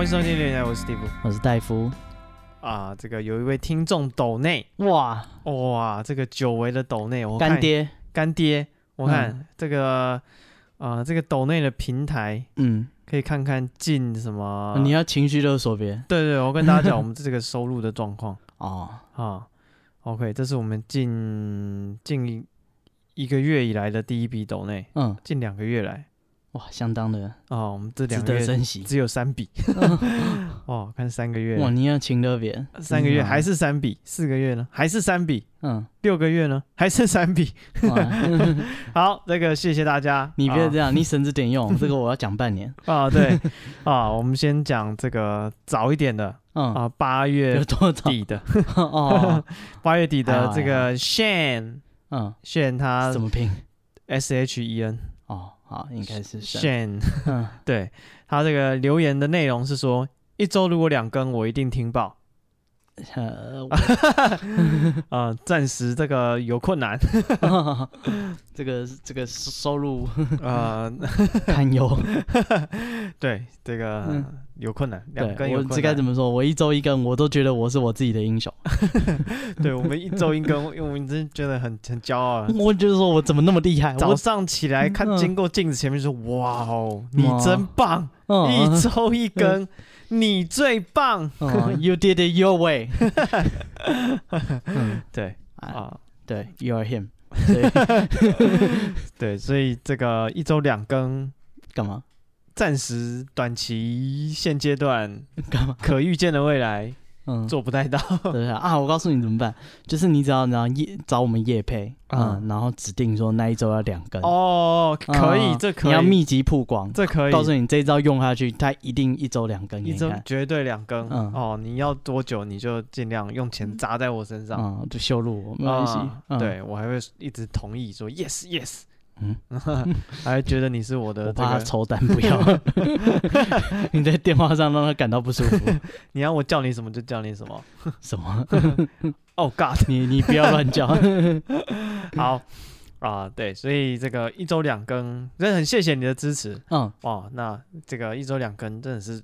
迎收听《留言台》，我是 Steve 我是戴夫。啊。这个有一位听众抖内，哇，哇，这个久违的抖内，我看干爹，干爹，我看、嗯这个啊、这个抖内的平台嗯，可以看看进什么。哦你要情绪勒索别人对对，我跟大 家讲我们这个收入的状况哦，啊。OK，这是我们近近一个月以来的第一笔抖内，嗯，近两个月来哇，相当的啊，我们这值两个得月 珍惜。只有三笔哦，看三个月哇，了，你要情勒别人，三个月嗯还是三笔，四个月呢还是三笔，嗯，六个月 呢还是三笔。哇 好，那个谢谢大家，你别这样 样，你省着点哦用，这个我要讲半年。啊，对啊，我们先讲这个早一点的嗯，啊，八有月多 早？底的，哦，八月底的这还好个 Shane 嗯， Shane 他怎么拼？ S H E N 哦，好，应该是省。 Shane 嗯，对他这个留言的内容是说，一周如果两更，我一定听报。呃， 啊，暂时这个有困 难，我这个这个收入呃，堪忧。对，这个嗯有困难，两更对，有我困这该怎难。么说？我一周一更，我都觉得我是我自己的英雄。对我们一周一更，因为我们真的觉得很很骄傲啊。我就是说我怎么那么厉害？早哎我上起来看嗯经过镜子前面说：“哇哦，你哇真棒！嗯一周一更，你最棒嗯，You did it your way 嗯！” 对 啊，啊，对，You are him 所以。对，所以这个一周两更，干嘛？暂时短期现阶段干嘛？可预见的未来嗯，做不太到。对啊，我告诉你怎么办，就是你只要然后夜找我们夜配，嗯嗯，然后指定说那一周要两根，哦，可以，嗯这可你要以，密集曝光，这可以，告诉你这一招用下去，它一定一周两根给一你周看，绝对两更。嗯哦，你要多久你就尽量用钱砸在我身上。嗯，就羞辱我，没关系啊，嗯，对我还会一直同意说 yes yes，嗯 还会觉得你是我的我这怕他个，抽单不 要， 你在电话上让他感到不舒服，你让我叫你什么就叫你什么。 什么？ Oh God， 你你不要乱叫，好啊，对，所以这个一周两更，真的很谢谢你的支持嗯哦。那这个一周两更真的是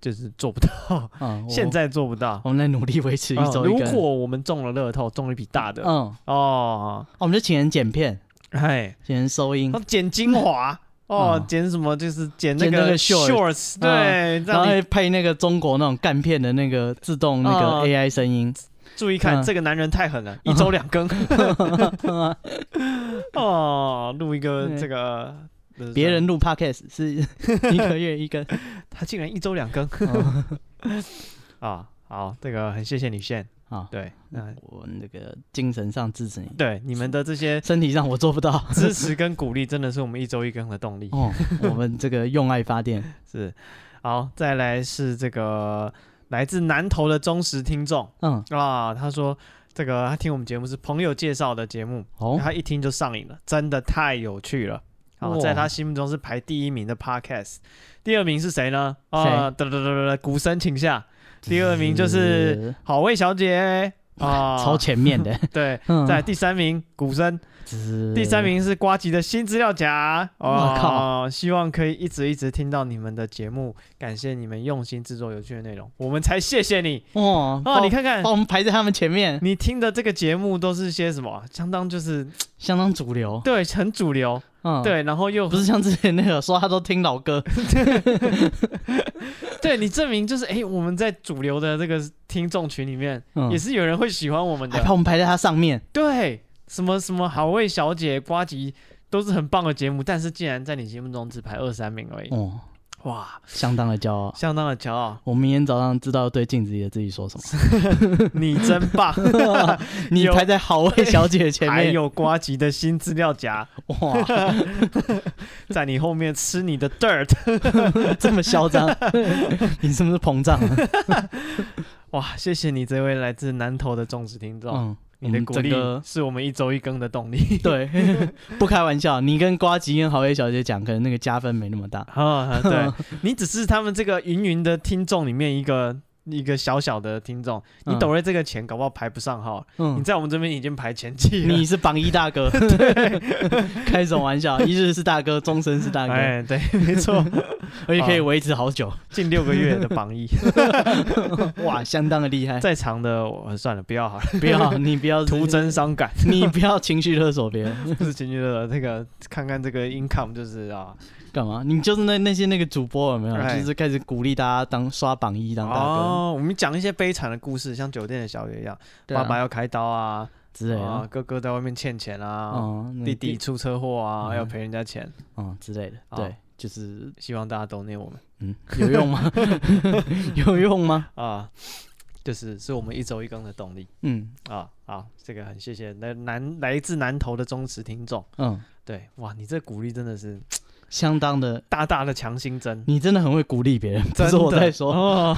就是做不到，嗯，我现在做不到。我们在努力维持一哦周如一根。果我们中了乐透，中了一笔大的嗯，哦，我们就请人剪片，哎，请人收音要，剪精 华哦嗯，剪什么就是剪那剪那个个 shorts 嗯 shorts，对，然后让你还配那个中国那种干片的那个自动那哦个 AI 声音， 注意看，嗯这个男人太狠了，一周两更 哦，录一个对这个呃别人录 podcast 是一个月一根。他竟然一周两 更嗯啊！好，这个很谢谢你炫，好， 对，哎那我那个精神上支持你，对你们的这些身体上我做不到。支持跟鼓励，真的是我们一周一更的动力。 哦，我们这个用爱发电，是，好，再来是这个来自南投的忠实听众嗯，啊，他说这个他听我们节目是朋友介绍的节目，哦，他一听就上瘾了，真的太有趣了。好，哇在他心目中是排第一名的 podcast，第二名是谁呢？啊，谁哒哒哒哒哒，鼓声请下。第二名就是好味小姐啊，超前面的，对。嗯在第三名，鼓声。第三，名是瓜吉的新资料夹。哇哦，希望可以一直一直听到你们的节目，感谢你们用心制作有趣的内容，我们才谢谢你哦，哦！把你，看看把，我们排在他们前面，你听的这个节目都是些什么？相当就是相当主流，对，很主流，嗯，，对，然后又不是像之前那个说他都听老歌， 对你证明就是哎、诶我们在主流的这个听众群里面，嗯也是有人会喜欢我们哎还把的。我们排在他上面，对，什么什么好味小姐、瓜吉都是很棒的节目，但是竟然在你心目中只排二三名而已，哦，哇，相当的骄傲。，相当的骄傲我明天早上知道对镜子里的自己说什么。你真棒！啊 你排在好味小姐前还面，有瓜吉的新资料夹，哇，在你后面吃你的 dirt，这么嚣 张，你是不是膨胀了？哇，谢谢你这位来自南投的忠实听众。嗯，你的鼓励我 们是我们一周一更的动力整个对，不开玩笑，你跟瓜吉跟好味小姐讲，可能那 个加分没那么大。啊！对你只是他们这个云云的听众里面一个一个小小的听众，嗯你抖了这个钱，搞不好排不上号。你嗯，在我们这边已经排前几了。你是榜一大 哥，开什么玩笑？一日是大哥，终身是大哥，哎，对，没 错，而且可以维持好 久，近六个月的榜一，哇，相当的厉害。再长的我算了，不要好了，不要，你不要 徒，增伤感。 你不要情绪勒索别人，就是情绪的那个，看看这个 income 就是啊，干嘛？你就是那那些那个主播有没有？哎就是开始鼓励大家当刷榜一当大哥，哦，我们讲一些悲惨的故事，像酒店的小姐一样，对啊爸爸要开刀啊，之类啊的，，哥哥在外面欠钱啊，哦，那弟弟，出车祸啊，嗯要赔人家钱，嗯之类的，哦对，就是希望大家都念我们嗯，有用吗？ 有用吗？啊，就是是我们一周一更的动力嗯啊。好，这个很谢谢那南来自南投的忠实听众，嗯，对，哇，你这鼓励真的是相当的，大大的强心 针，你真的很会鼓励别人，不真是的我在 说，哦，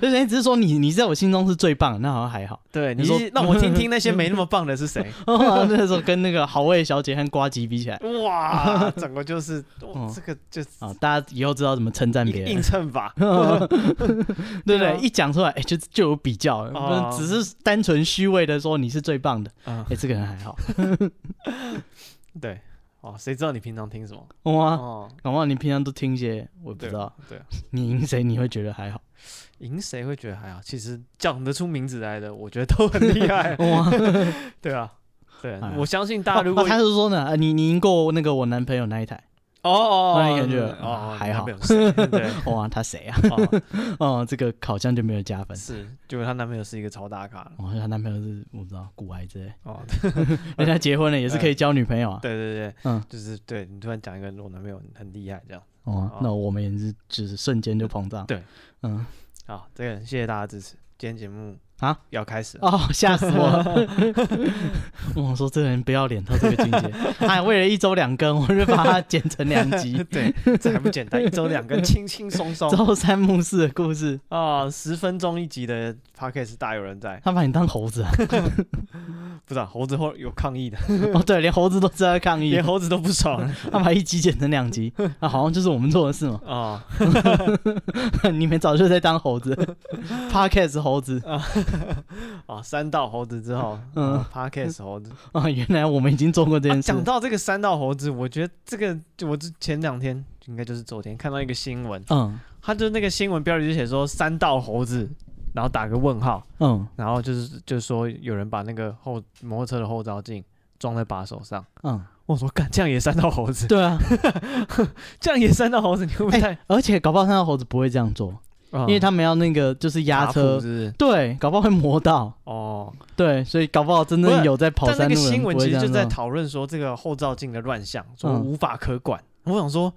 就是哎你只是说你你在我心中是最棒的，那好像 还好。对，你你说让我听听那些没那么棒的是谁。哦那时候跟那个好味小姐和瓜吉比起来 哇，整个就是，哇嗯这个就是啊，大家以后知道怎么称赞硬别人，硬。蹭法 对不对啊对？一讲出来，哎，就就有比较了，哦不是只是单纯虚伪的说你是最 棒的，嗯，哎，这个人还好，对，哦，谁知道你平常听什么？哇，哦，搞不好你平常都听一些，我不对知道，，对，你赢谁你会觉得 还好，，赢谁会觉得还好？其实讲得出名字来的，我觉得都很厉害 哇，对啊。对哎，呀我相信大家如哦果他是说呢，呃你你赢过那个我男朋友那 一台，哦哦，那你感对觉对对哦啊还好男朋友是 对， 哇，他谁啊？哦哦，这个好像就没有加分。是，结果她男朋友是一个超大咖哦，她男朋友是我不知道骨癌之类，哦，人家结婚了也是可以交女朋友啊。对对对，嗯就是对你突然讲一个我男朋友很很厉害这样，哦，那我们也是只是瞬间就膨胀。对，嗯，好，这个谢谢大家支持，今天节目啊要开始了，，哦，吓死我了！ 我说这人不要脸到这个境界， 哎，为了一周两更，我就把它剪成两集 对，这还不简单，一周两更，轻轻松 松。周三幕四的故事，啊、十分钟一集的 podcast 大有人在，他把你当猴子啊？不知道猴子后有抗议的，哦，对，连猴子都知道抗议连，猴子都不爽了他把一集剪成两集，啊，好像就是我们做的事嘛。 啊、你们早就在当猴子，podcast 猴子啊！三道猴子之后，嗯、嗯 p o d c a s t 猴子。啊、原来我们已经做过这啊件事。讲、到这个三道猴子，我觉得这个就我之前两天应该就是昨天看到一个新闻，嗯他就那个新闻标题就写说三道猴子，然后打个问号，嗯然后就是就是说有人把那个后摩托车的后照镜装在把手上。嗯，我说干，这样也三道猴 子，对啊，这样也三道猴子，你会不会哎 太？啊而且搞不好那个猴子不会这样做，因因为他们要那个就是压车，对，搞不好会磨到，哦，对，所以搞不好真不的是有在跑但那山个路的人新不闻会其这实样就在做。讨论说这个后照镜的乱象，说嗯无法可管。我想说，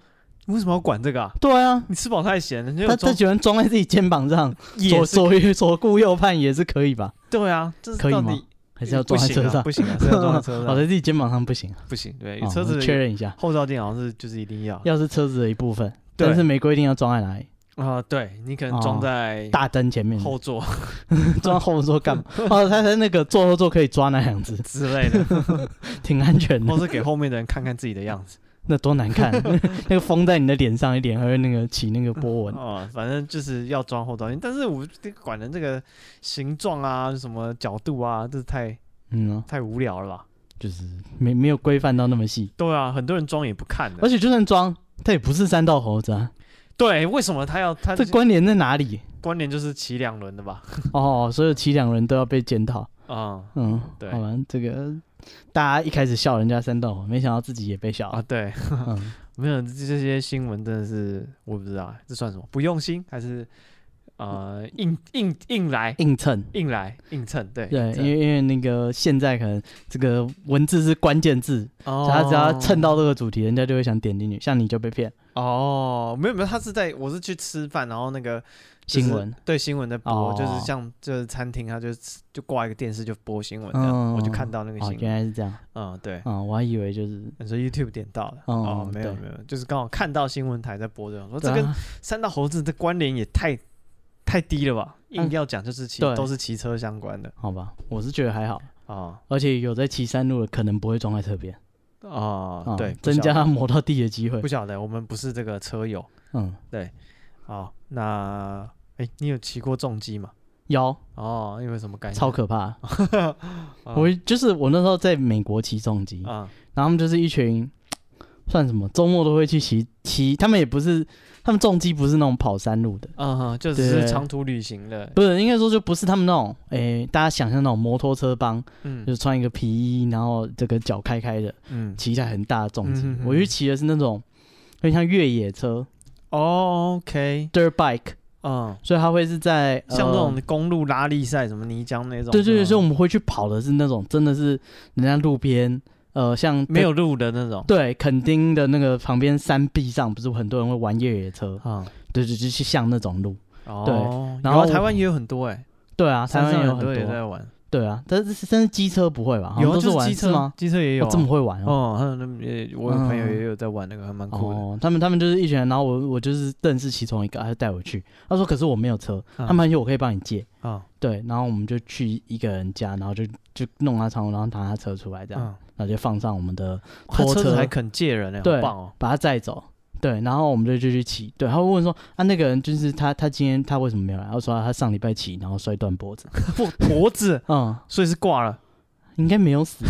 为什么要管这个啊？对啊，你吃饱太闲了，你他有他装喜欢装在自己肩膀上，也左是左右左顾右盼也是可以吧？对啊，这是可以到吗底还是要装在车上不？行啊，不行啊，是要装在 车哦，上，在自己肩膀上不行啊，不行，对，哦车子确的认一下，后照镜好像是就是一定要要是车子的一部分，对但是没规定要装在哪里，啊，对你可能装哦在大灯前面后座 装后座干嘛？哦，他在那个坐后座可以抓那两只，之类的， 挺安全的或。是给后面的人看看自己的样子那多难看，啊 那个风在你的脸上，一脸还会那个起那个波纹。啊，反正就是要装后照镜，但是我管人这个形状啊、什么角度啊，这太嗯、啊，太无聊了吧？就是没没有规范到那么细，对啊，很多人装也不看的而。且就算装，它也不是三道猴子啊，对，为什么他要他这关联在哪里？关联就是骑两轮的吧？哦，所有骑两人都要被检讨。啊、嗯，对好吧，这个大家一开始笑人家三道猴，没想到自己也被笑 啊，啊。对，嗯，没有这这些新闻真的是我不知道啊这算什么，不用心还是呃硬硬硬来硬 蹭。硬来硬蹭？对对，硬因蹭为因为那个现在可能这个文字是关键字，哦他只要蹭到这个主题，人家就会想点进去，像你就被骗。哦，没有没有，他是在我是去吃饭，然后那个就是新闻对新闻的播，哦就是像就是餐厅，他就就挂一个电视就播新闻这样，嗯我就看到那个哦，新原闻，来是这样。嗯，对。嗯，我还以为就是你说 YouTube 点到了、嗯哦，没有对没有，就是刚好看到新闻台在播这种，说对哦这啊跟三道猴子的关联也太太低了吧？硬要讲就是骑、嗯对都是骑车相关的好吧，我是觉得还好，啊而且有在骑山路的可能不会撞在侧边，啊、嗯对，不增晓得加磨到地的机会不。晓得，我们不是这个车友嗯，啊。那哎、哎、你有骑过重机吗？有，哦，你有什么感觉？超 可怕。啊我就是我那时候在美国骑重机，啊然后他们就是一群算什么，周末都会去骑骑，他们也不是，他们重机不是那种跑山路的，嗯哼，就只是对长途旅行的，不是应该说就不是他们那种，诶、大家想象那种摩托车帮，嗯就是穿一个皮衣，然后这个脚开开的，嗯，骑一台很大的重机。嗯哼哼我去骑的是那种有点像越野车哦，OK， （dirt bike），嗯，所以它会是在像这。呃种公路拉力赛，什么泥浆那种，对对对，嗯所以我们会去跑的是那种真的是人家路边，呃，像没有路的那种，对垦丁的那个旁边山壁上，不是很多人会玩越野车，啊，对对，就是像那种路。哦，然有啊后台湾也有很多哎，对啊，台山湾上也有很很多也多。在玩，对啊，但是但是机车不会吧？好像有啊都就是玩机是车吗？机车也有哦啊，这么会玩哦。哦，还有那么也我有朋友嗯也有在玩那个，还蛮酷的，哦，他们他们就是一群人，然后我我就是认识其中一个，他就带我去。他说：“可是我没有车。”嗯他们就我可以帮你借。啊，对，然后我们就去一个人家，然后就就弄他窗户，然后拿他车出来，这样，嗯，然后就放上我们的，哇他拖车子啊车还肯借人哎，好对棒哦， 把他载走。对，然后我们就就去骑。对，他会问说：“啊，那个人就是他，他今天他为什么没有来？”他说：“啊他上礼拜骑，然后摔断 脖子。不脖子”，嗯，所以是挂了，应该没 有死，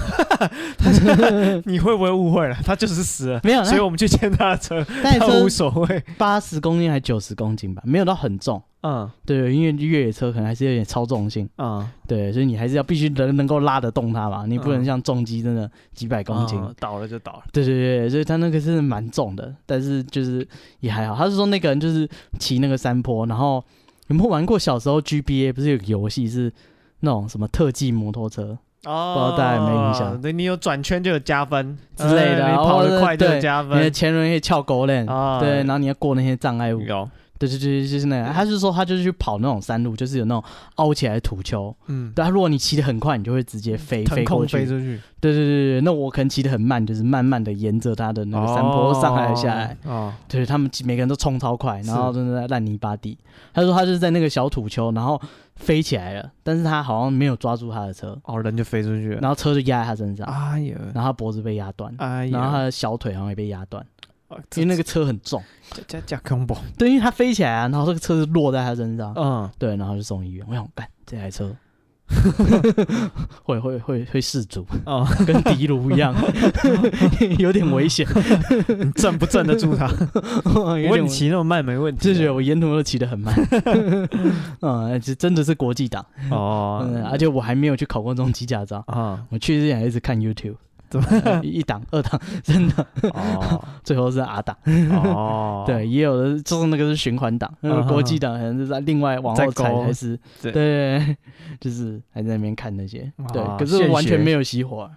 你会不会误会了？ 他就是死 了。没有，所以那我们去牵他的车，他那哎车无所谓。八十公斤还九十公斤吧，没有到很重。嗯对，因为越野车可能还是有点超重性，嗯，对，所以你还是要必须能能够拉得动它嘛，你不嗯能像重机真的几百公斤。嗯倒了就倒了。对对对，所以它那个是蛮重的，但是就是也还好。他是说那个人就是骑那个山坡，然后有没有玩过小时候 GBA 不是有个游戏是那种什么特技摩托车？哦不知道大家有没有印象对你有转圈就有加分之类的呃你或跑得者是快就有对加你的分前轮可以翘狗链，啊对，然后你要过那些障碍物。有，对对对，就是那样。他是说他就是去跑那种山路，就是有那种凹起来的土丘。嗯，对，他如果你骑得很快，你就会直接飞腾飞过空去飞。出去，对对对对，那我可能骑得很慢，就是慢慢的沿着它的那个山坡上来下来。哦，对他们每个人都冲超快，是然后真的在烂泥巴地。他说他就是在那个小土丘，然后飞起来了，但是他好像没有抓住他的车，哦，人就飞出去了。然后车就压在他身上，哎呀，然后他脖子被压断，哎然后他呀，的小腿好像也被压断，哦因为那个车很重。这加加 combo，对，因为他飞起来啊，然后这个车是落在他身上，嗯，对，然后就送医院。我想，干这台车 会会会会失足， 哦，跟迪卢一样， 有点危险。你镇不镇得住他？有我点你危骑那么慢没 问题就啊，是我沿途都骑得很慢，嗯，这真的是国际档，嗯，哦，而且我还没有去考过中级驾照。 啊，我去之前还一直看 YouTube，怎么呃 一档、二档，真的，哦最后是 R 档。 哦，对，也有的就是那个是循环档，那嗯个哼国际档可能是在另外往后再踩勾才是。对对， 就是还在那边看那些哇，对，可是现完全学没有熄火啊，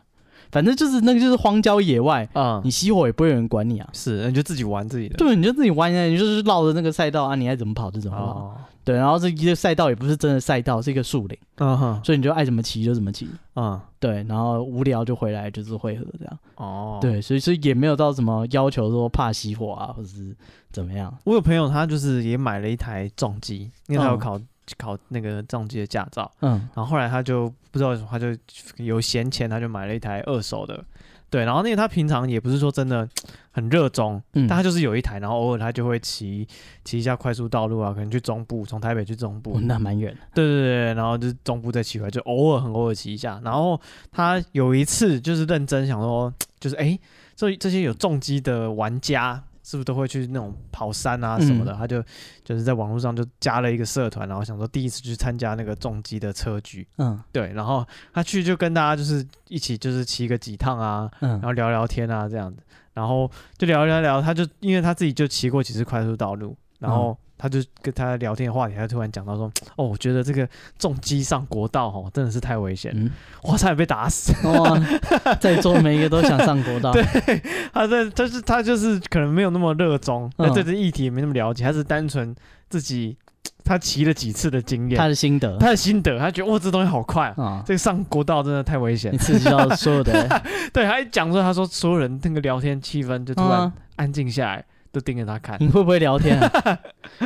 反正就是那个就是荒郊野外，嗯，你熄火也不会有人管你啊。是，那你就自己玩自己的。对，你就自己弯呀，你就是绕着那个赛道啊，你爱怎么跑就怎么跑。哦，对，然后这一个赛道也不是真的赛道，是一个树林，嗯哼，所以你就爱怎么骑就怎么骑。嗯，对，然后无聊就回来就是汇合这样。哦，。对，所以所以也没有到什么要求说怕熄火啊，或者是怎么样。我有朋友，他就是也买了一台重机，因为他有嗯考、考那个重机的驾照，嗯，然后后来他就不知道为什么，他就有闲钱，他就买了一台二手的。对，然后那个他平常也不是说真的很热衷，嗯但他就是有一台，然后偶尔他就会骑骑一下快速道路啊，可能去中部，从台北去中部哦，，那蛮远的。对对对，然后就是中部再骑回来，就偶尔很偶尔骑一下。然后他有一次就是认真想说，就是诶，这这些有重机的玩家是不是都会去那种跑山啊什么的？他就就是在网络上就加了一个社团，然后想说第一次去参加那个重机的车局，嗯对，然后他去就跟大家就是一起就是骑个几趟啊，嗯然后聊聊天啊这样子，然后就聊聊聊，他就因为他自己就骑过几次快速道路，然嗯后他就跟他聊天的话题，他突然讲到说，哦，我觉得这个重机上国道哦，真的是太危险了，嗯，哇，差点被打死。 哇，在座每一个都想上国道。对，他在，但是他就是可能没有那么热衷，那、嗯对这议题也没那么了解，他是单纯自己他骑了几次的经验，他他的心得的心得，他觉得哇，这东西好快、啊，啊，这个上国道真的太危险你。刺激到所有的，对，他一讲说，他说所有人那个聊天气氛就突然嗯安静下来。就盯着他看。你会不会聊天啊？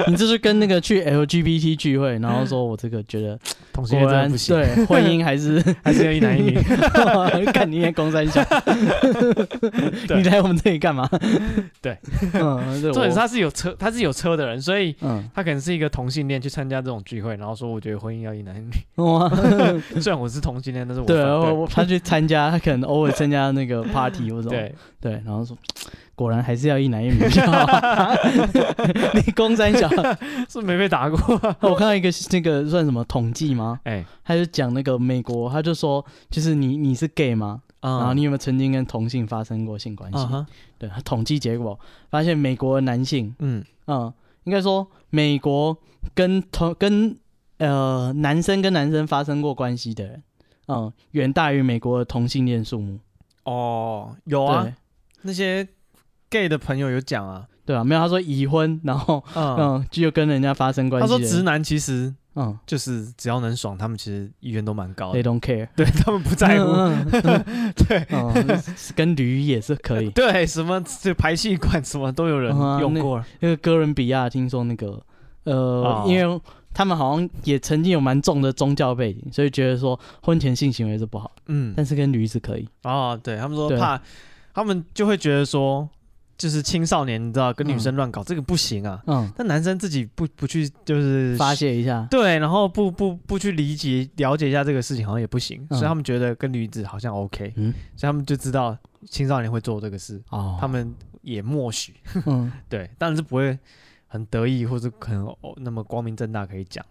你这是跟那个去 LGBT 聚会，然后说我这个觉得同性恋果真的然不行，对婚姻还是 还是要一男 一女。看你也公三小， 对你来我们这里干嘛？对，嗯，对重点是我他是有车，他是有车的人，所以嗯，他可能是一个同性恋去参加这种聚会，然后说我觉得婚姻要一男一女。 哇，虽然我是同性恋，但是我对，反我我他去参加，他可能偶尔参加 那个 party 或者对对，然后说果然还是要一男一女比较 好，你公三小，对是没被打过。我看到一个那个算什么统计吗？哎，他就讲那个美国，他就说就是你你是 gay 吗？ 然后啊你有没有曾经跟同性发生过性关系？哈，对他统计结果发现，美国的男性，嗯嗯，应该说美国跟同跟呃男生跟男生发生过关系的人，嗯，远大于美国的同性恋数目。哦，有啊对，那些 gay 的朋友有讲啊，对啊，没有他说已婚，然后嗯，嗯，就跟人家发生关他系的说人。直男其实嗯就是只要能爽，他们其实意愿都蛮高，they 的， don't care，对 他们不哦在乎。嗯，嗯 对嗯嗯跟驴也是可以。 对，什么这排气管什么都有人嗯啊用那过，那个哥伦比亚听说那个呃哦，因为他们好像也曾经有蛮重的宗教背景，所以觉得说婚前性行为是不好，嗯，但是跟驴是可以。哦，对他们说对怕，他们就会觉得说，就是青少年，你知道，跟女生乱搞、这个不行啊。嗯，但男生自己不不去就是发泄一下。对，然后不不不去理解了解一下这个事情，好像也不行，所以他们觉得跟女子好像 OK，嗯，所以他们就知道青少年会做这个事，哦，他们也默许，嗯对，当然是不会很得意或者可能哦那么光明正大可以讲，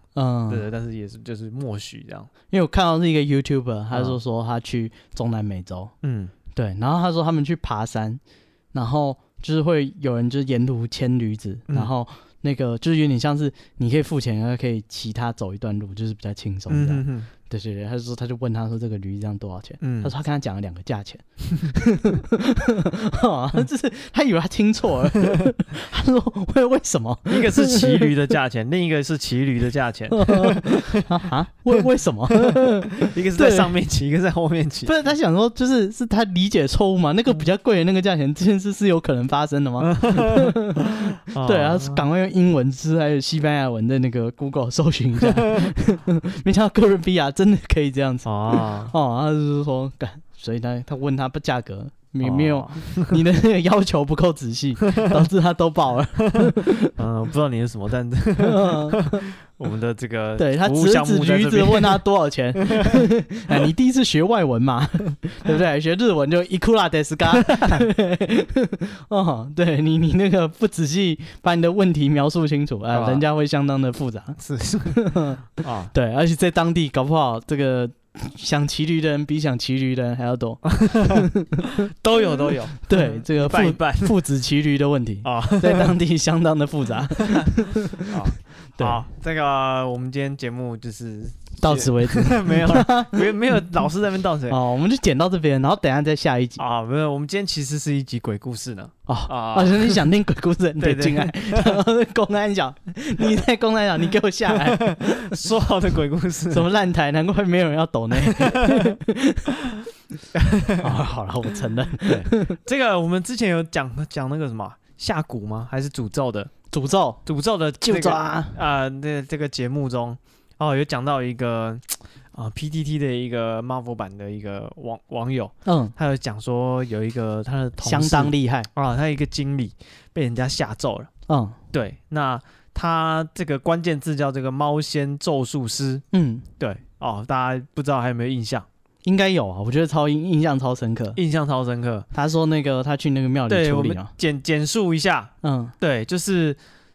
嗯，对，但是也是就是默许这样，因为我看到是一个 YouTuber，他就说他去中南美洲，嗯，对，然后他说他们去爬山，然后就是会有人就是沿途牵驴子，嗯然后那个就是有点像是你可以付钱，然后可以骑它走一段路，就是比较轻松嗯这样。哼哼对对对，他就说他就问他说这个驴这样多少钱，嗯他说他跟他讲了两个 价钱， 哦，就是他以为他听错了， 他说为为什么？ 一个是骑驴的价钱，另一个是骑驴的价钱，啊，为为什么？一个是在对上面骑，一个是在后面骑不。是他想说，就是是他理解错误嘛？那个比较贵的那个价钱，这件事是有可能发生的吗？嗯哦对啊，赶快用英文字还有西班牙文的 那个 Google 搜寻一下，没想到哥伦比亚真的可以这样子哦，哦。他就是说，干，所以他他问他价格，没哦没有、，你的那个要求不够仔 细，导致他都爆了。 嗯，不知道你是什么，但我们的这个对他服务侄呃项子目在橘这子边 问他多少钱？ 哎，你第一次学外文嘛，对不对？学日文就伊库拉德斯 嘎。哦，对你你那个不仔细把你的问题描述清楚，好啊，吧人家会相当的复杂。是 是啊，对，而且在当地搞不好这个想骑驴的人比想骑驴的人还要 多。都有都有， 对，这个一父半一半父子骑驴的问题啊在当地相当的 复杂。啊。 对好，这个我们今天节目 就是 到此为止。没有了， 没没有老师在那边倒水哦，我们就剪到这边，然后等一下再下一集。啊，没有，我们今天其实是一集鬼故事呢哦啊哦，，你想听鬼故事，你对得对进来。 然后公安 讲，你在公安讲，你给我下来，说好的鬼故事什么烂台，难怪没有人要抖呢。 啊，好了，我承认，这个我们之前有讲讲那个什么啊下蛊吗？还是诅咒的？诅咒诅咒的这就个抓，啊，那这个节目中哦有讲到一个啊、PTT 的一个 Marvel 版的一个网网友，嗯，他有讲说有一个他的同相当力厉害，啊，他一个经理被人家吓咒了。嗯对，那他这个关键字叫这个猫仙咒术师。嗯，对哦，大家不知道还有没有印象？应该有啊，我觉得超印印象超深刻。印象超深刻。他说那个他去那个庙里对处我理啊们了，简简述一下，嗯对，就是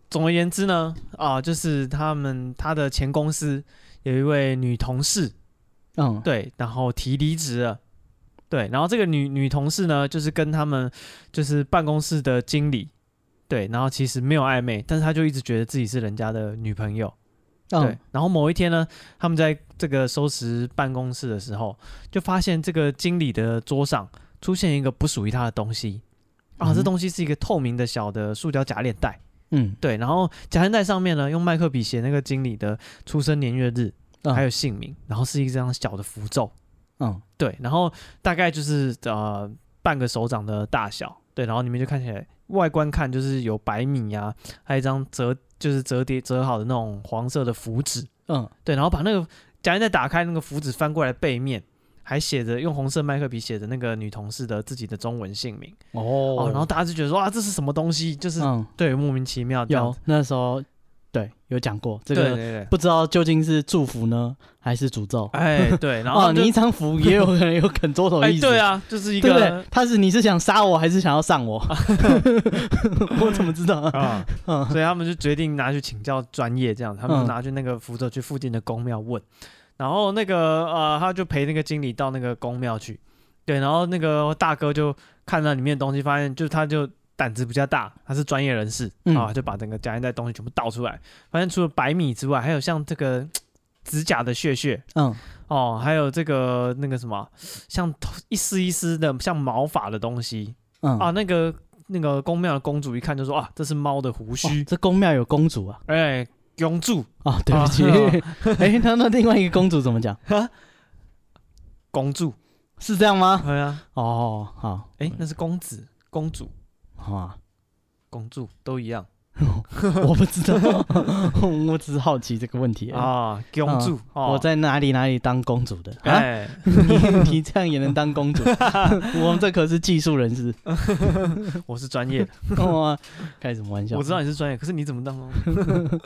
总而言之呢，啊，就是他们他的前公司有一位女同事，嗯，对，然后提离职了。对，然后这个女女同事呢，就是跟他们就是办公室的经理，对，然后其实没有暧昧，但是她就一直觉得自己是人家的女朋友。对嗯，然后某一天呢，他们在这个收拾办公室的时候，就发现这个经理的桌上出现一个不属于他的东西。啊，这嗯东西是一个透明的小的塑胶假链袋，嗯对，然后假链袋上面呢，用麦克笔写那个经理的出生年月日，嗯还有姓名，然后是一张小的符咒，嗯对，然后大概就是呃半个手掌的大小，对，然后里面就看起来外观看就是有白米啊，还有一张折就是折叠折好的那种黄色的符纸，嗯，对，然后把那个夹链再打开，那个符纸翻过来背面还写着用红色麦克笔写着那个女同事的自己的中文姓名哦，哦，然后大家就觉得说啊这是什么东西，就是、嗯，对莫名其妙这样有子，那时候对有讲过这对个，对对，不知道究竟是祝福呢还是诅咒。哎对，然后哦，就你一张符也有可能有很多种哎意思，对啊，就是一对不个对？他是你是想杀我还是想要上我？ 我怎么知道啊？ 啊，嗯所以他们就决定拿去请教专业，这样他们嗯就拿去那个福州去附近的宫庙问，然后那个呃，他就陪那个经理到那个宫庙去，对，然后那个大哥就看到里面的东西，发现就他就胆子比较大，他是专业人士、嗯啊，就把整个夹带的东西全部倒出来，发现除了白米之外，还有像这个指甲的屑屑嗯哦，还有这个那个什么，像头一丝一丝的像毛发的东西嗯啊，，那个。那个宫庙的公主一看就说啊，这是猫的胡须哦，这宫庙有公主啊？哎，永住哦，对不起啊， 哎，那那另外一个公主怎么讲？公主，是这样吗？对啊，哦，好，哎，那是公子、公主、好啊， 公主都一样我不知道， 我只是好奇这个问题。啊，永住哦，嗯我在哪里哪里当公主的啊？哎， 你你这样也能当公主？ 我们这可是技术人士，我是专业 的，哇，开什么玩笑？我知道你是专业，可是你怎么 当公主？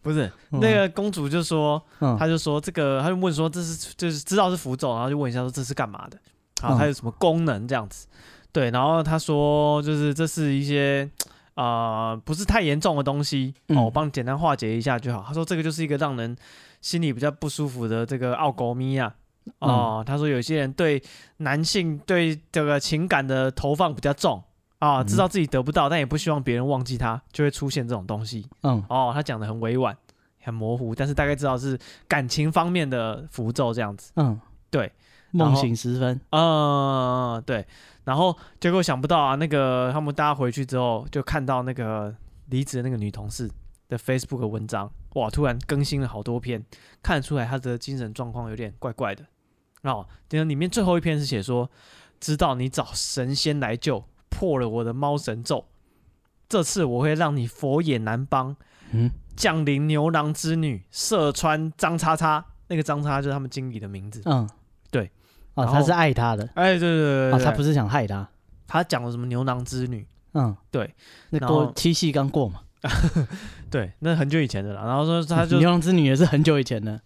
不是嗯那个公主就说，嗯她就说这个，她就问说这是就是知道是符咒，然后就问一下说这是干嘛的，啊，嗯它有什么功能这样子？对，然后她说就是这是一些。啊、不是太严重的东西、嗯哦，我帮你简单化解一下就好。他说这个就是一个让人心里比较不舒服的这个奥狗咪啊。嗯哦，他说有些人对男性对这个情感的投放比较重啊，嗯知道自己得不到，但也不希望别人忘记他，就会出现这种东西。嗯哦，他讲的很委婉，很模糊，但是大概知道是感情方面的符咒这样子。嗯，对，然梦后醒时分，嗯，对。然后结果想不到啊，那个他们大家回去之后，就看到那个离职的那个女同事的 Facebook 文章，哇，突然更新了好多篇，看得出来她的精神状况有点怪怪的。哦，然后里面最后一篇是写说，知道你找神仙来救，破了我的猫神咒，这次我会让你佛也难帮，嗯，降临牛郎织女，射穿张叉叉，那个张叉叉就是他们经理的名字。嗯，对。哦，然他后是爱他的，哎，对对对对啊，对他不是想害他，他讲了什么牛郎织女，嗯，对。那然过后七夕刚过嘛，对，那很久以前的了。然后说他就牛郎织女也是很久以前的，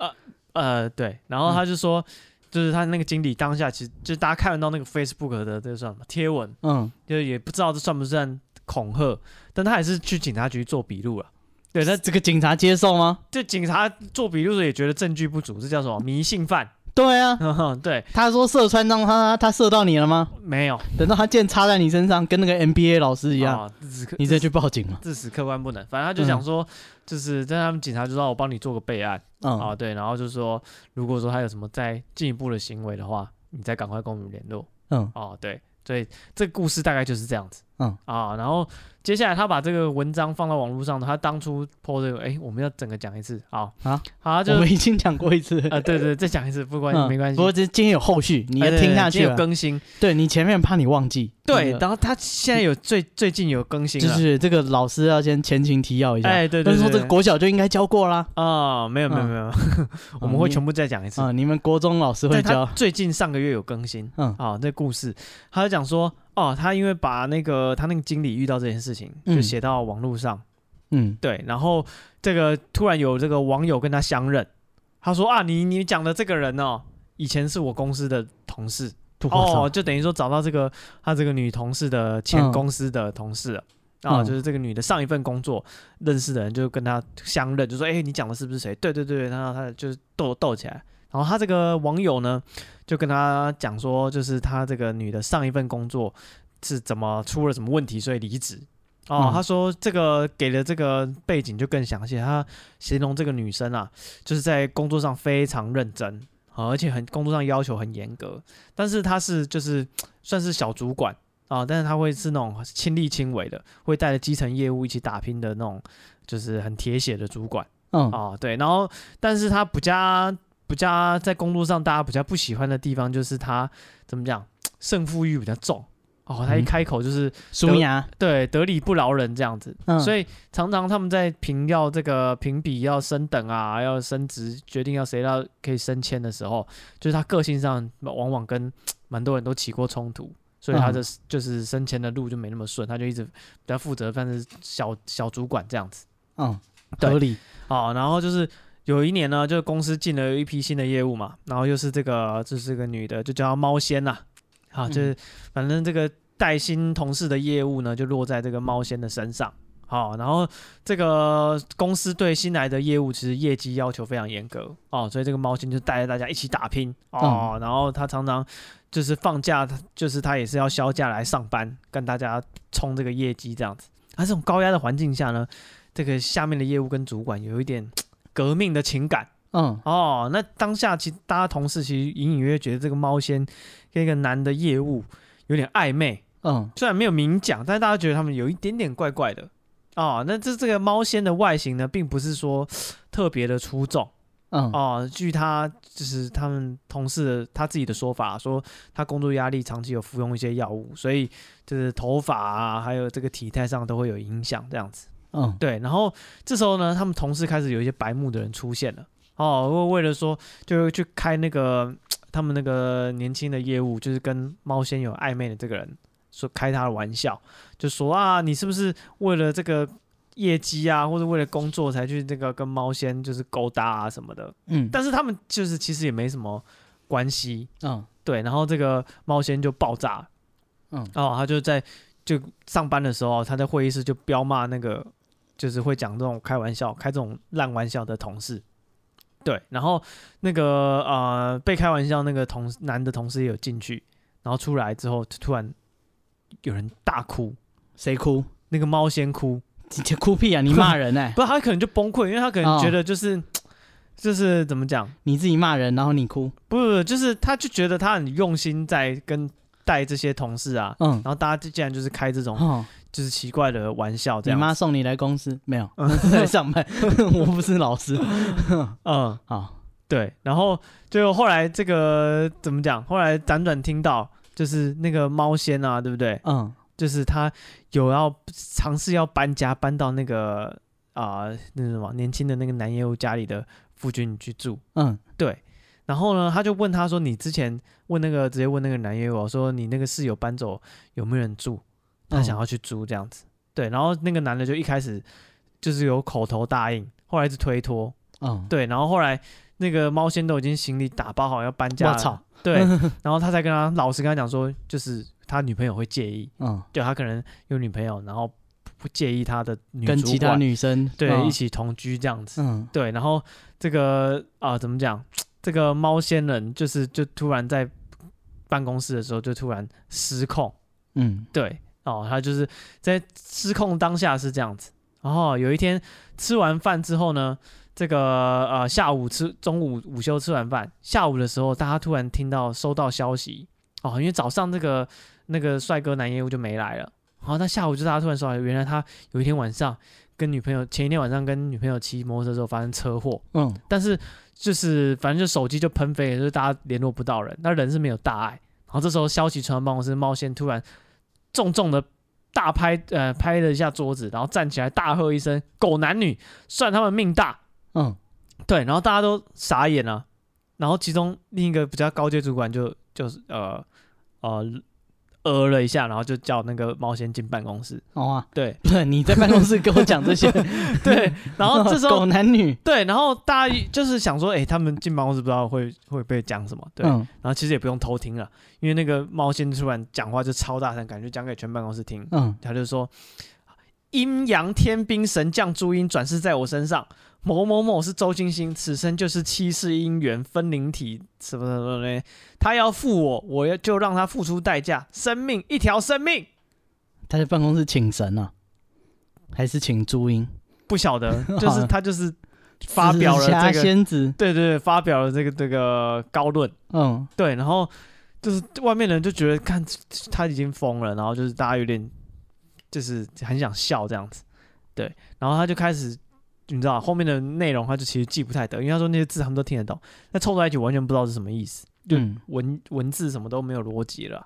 呃对，然后他就说，就是他那个经理当下其实就大家看得到那个 Facebook 的这个算什么贴文，嗯，就也不知道这算不算恐吓，但他还是去警察局做笔录了。对，那这个警察接受吗？这警察做笔录的时候也觉得证据不足，这叫什么迷信犯？ 对啊，对，他说射穿让他他射到你了吗？没有等到他箭插在你身上，跟那个 NBA 老师一样，啊，只可你再去报警了。至死客观不能，反正嗯他就想说，就是但他们警察就让哦我帮你做个备案。啊，嗯，对，然后就说，如果说他有什么再进一步的行为的话，你再赶快跟我们联络。嗯，哦，对，所以这个故事大概就是这样子。嗯啊，然后接下来他把这个文章放到网络上的，他当初 po 这个，哎，我们要整个讲一次啊啊好，他就我们已经讲过一次，啊，对对，再讲一次，不关嗯没关系不，过这今天有后续，你哎要对听对下今天去有了。更新。对你前面怕你忘记，对那，个然后他现在有最最近有更新就了，是这个老师要先前情提要一下。哎，对但对对，是说这对个国小就应该教过啦。啊，没有没有没有， 我们会全部再讲一次啊，。你们国中老师会哦嗯但他教。最近上个月有更新，嗯啊，那故事，他就讲说，哦，他因为把那个他那个经理遇到这件事情，嗯就写到网络上，嗯对，然后这个突然有这个网友跟他相认，他说啊，你你讲的这个人哦，以前是我公司的同事， 哦，哦，就等于说找到这个他这个女同事的前公司的同事了。啊，嗯就是这个女的上一份工作认识的人，就跟她相认，就说：“哎、你讲的是不是谁？”对对对，然后她就是斗斗起来。然后她这个网友呢，就跟她讲说，就是她这个女的上一份工作是怎么出了什么问题，所以离职。哦，嗯她说这个给的这个背景就更详细，她形容这个女生啊，就是在工作上非常认真，啊而且很工作上要求很严格，但是他是就是算是小主管啊，但是他会是那种亲力亲为的，会带着基层业务一起打拼的那种，就是很铁血的主管嗯啊。对，然后但是他不加不加在工作上大家比较不喜欢的地方就是他怎么讲，胜负欲比较重。哦，他一嗯开口就是苏牙，对，得理不饶人这样子，嗯所以常常他们在评要这个评比要升等啊，要升职，决定要谁要可以升迁的时候，就是他个性上往往跟蛮多人都起过冲突，所以嗯他的、就是升迁的路就没那么顺，他就一直比较负责，但是小小主管这样子。嗯，对合理，哦，然后就是有一年呢，就是公司进了一批新的业务嘛，然后又是这个，就是个女的，就叫她猫仙呐、啊，就是、反正这个带新同事的业务呢，就落在这个猫仙的身上。好、然后这个公司对新来的业务其实业绩要求非常严格哦，所以这个猫仙就带着大家一起打拼哦。然后他常常就是放假，就是他也是要休假来上班，跟大家冲这个业绩这样子。他、这种高压的环境下呢，这个下面的业务跟主管有一点革命的情感嗯，哦。那当下其实大家同事其实隐隐约约觉得这个猫仙跟一个男的业务有点暧昧，嗯，虽然没有明讲，但是大家觉得他们有一点点怪怪的哦。那这这个猫仙的外形呢，并不是说 特别的出众。嗯，哦，据他就是他们同事的他自己的说法，说他工作压力长期有服用一些药物，所以就是头发啊，还有这个体态上都会有影响这样子。嗯，对，然后这时候呢，他们同事开始有一些白目的人出现了。哦，为为了说，就去开那个他们那个年轻的业务，就是跟猫仙有暧昧的这个人说开他的玩笑，就说啊，你是不是为了这个业绩啊，或者为了工作才去这个跟猫仙就是勾搭啊什么的？嗯，但是他们就是其实也没什么关系，嗯，对。然后这个猫仙就爆炸了，嗯哦，他就在就上班的时候，他在会议室就彪骂那个就是会讲这种开玩笑、开这种烂玩笑的同事，对。然后那个呃被开玩笑那个同男的同事也有进去，然后出来之后就突然有人大哭，谁哭？ 那个猫仙哭，你这哭屁啊！你骂人 哎、不，他可能就崩溃，因为他可能哦觉得就是、就是怎么讲。你自己骂人，然后你哭，不不不，就是他就觉得他很用心在跟带这些同事啊，嗯然，后大家就竟然就是开这种哦，就是奇怪的玩笑这你样子。妈送你来公司 没有？在上班， 我不是老师。嗯，好，对。然后就后来这个怎么讲？后来辗转听到，就是那个猫仙啊，对不对？嗯就是他有要尝试要搬家，搬到那个啊、那是什么年轻的那个男业务家里的夫君去住。嗯对，然后呢，他就问他说：“你之前问那个直接问那个男业务啊说，你那个室友搬走有没有人住？他嗯想要去租这样子。对，然后那个男的就一开始就是有口头答应，后来一直推脱。嗯，对，然后后来那个猫仙都已经行李打包好要搬家我了，操， 对，然后他才跟他老实跟他讲说，就是他女朋友会介意，嗯，对他可能有女朋友，然后不不介意他的女跟主其他管女生对、嗯一起同居这样子。嗯对，然后这个啊、怎么讲？这个猫仙人就是就突然在办公室的时候就突然失控，嗯对，哦，他就是在失控当下是这样子。然后有一天吃完饭之后呢，这个呃下午吃中午午休吃完饭，下午的时候大家突然听到收到消息哦，因为早上这个那个帅哥男业务就没来了，然后他下午就大家突然说，哎原来他有一天晚上跟女朋友前一天晚上跟女朋友骑摩托车的时候发生车祸，嗯但是就是反正就手机就喷飞了，就是大家联络不到人，那人是没有大碍。然后这时候消息传到办公室，猫仙突然重重的大拍呃拍了一下桌子，然后站起来大喝一声：“狗男女，算他们命大嗯！”对，然后大家都傻眼了、然后其中另一个比较高阶主管就就是呃呃呃了一下，然后就叫那个猫仙进办公室。好啊，对不是 你在办公室跟我讲这 些，对，然 后哦这时候狗男女，对，然后大家就是想说，哎、他们进办公室不知道会会被讲什么，对，嗯然后其实也不用偷听了，因为那个猫先突然讲话就超大声，感觉讲给全办公室听，嗯他就说阴阳天兵神将朱茵转世在我身上，某某某是周金星，此生就是七世姻缘分灵体什么什么什么的，呃他要负我，我要就让他付出代价，生命一条生命，他在办公室请神啊，还是请朱茵？不晓得，就是他就是发表了紫霞这个，仙子，对对对，发表了这个这个高论。嗯对，然后就是外面的人就觉得看他已经疯了，然后就是大家有点就是很想笑这样子，对，然后他就开始你知道后面的内容他就其实记不太得，因为他说那些字他们都听得懂，那凑在一起完全不知道是什么意思，就嗯文文字什么都没有逻辑了，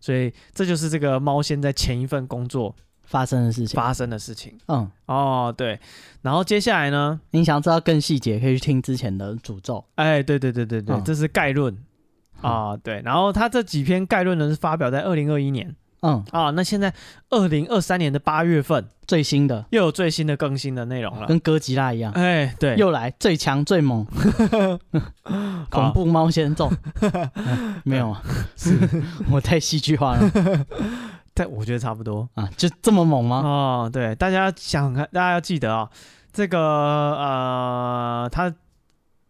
所以这就是这个猫仙在前一份工作发生的事情。发生的事情。嗯，哦，对，然后接下来呢？你想知道更细节，可以去听之前的诅咒。哎，对对对对对，嗯这是概论啊、对。然后他这几篇概论呢是发表在二零二一年嗯，啊、那现在二零二三年的八月份最新的又有最新的更新的内容了。跟哥吉拉一样，哎，对，又来最强 最猛，恐怖猫先中。嗯没有啊，哎是我太戏剧化了但我觉得差不多。啊，就这么猛吗？哦，对，大家想看，大家要记得啊、这个呃，他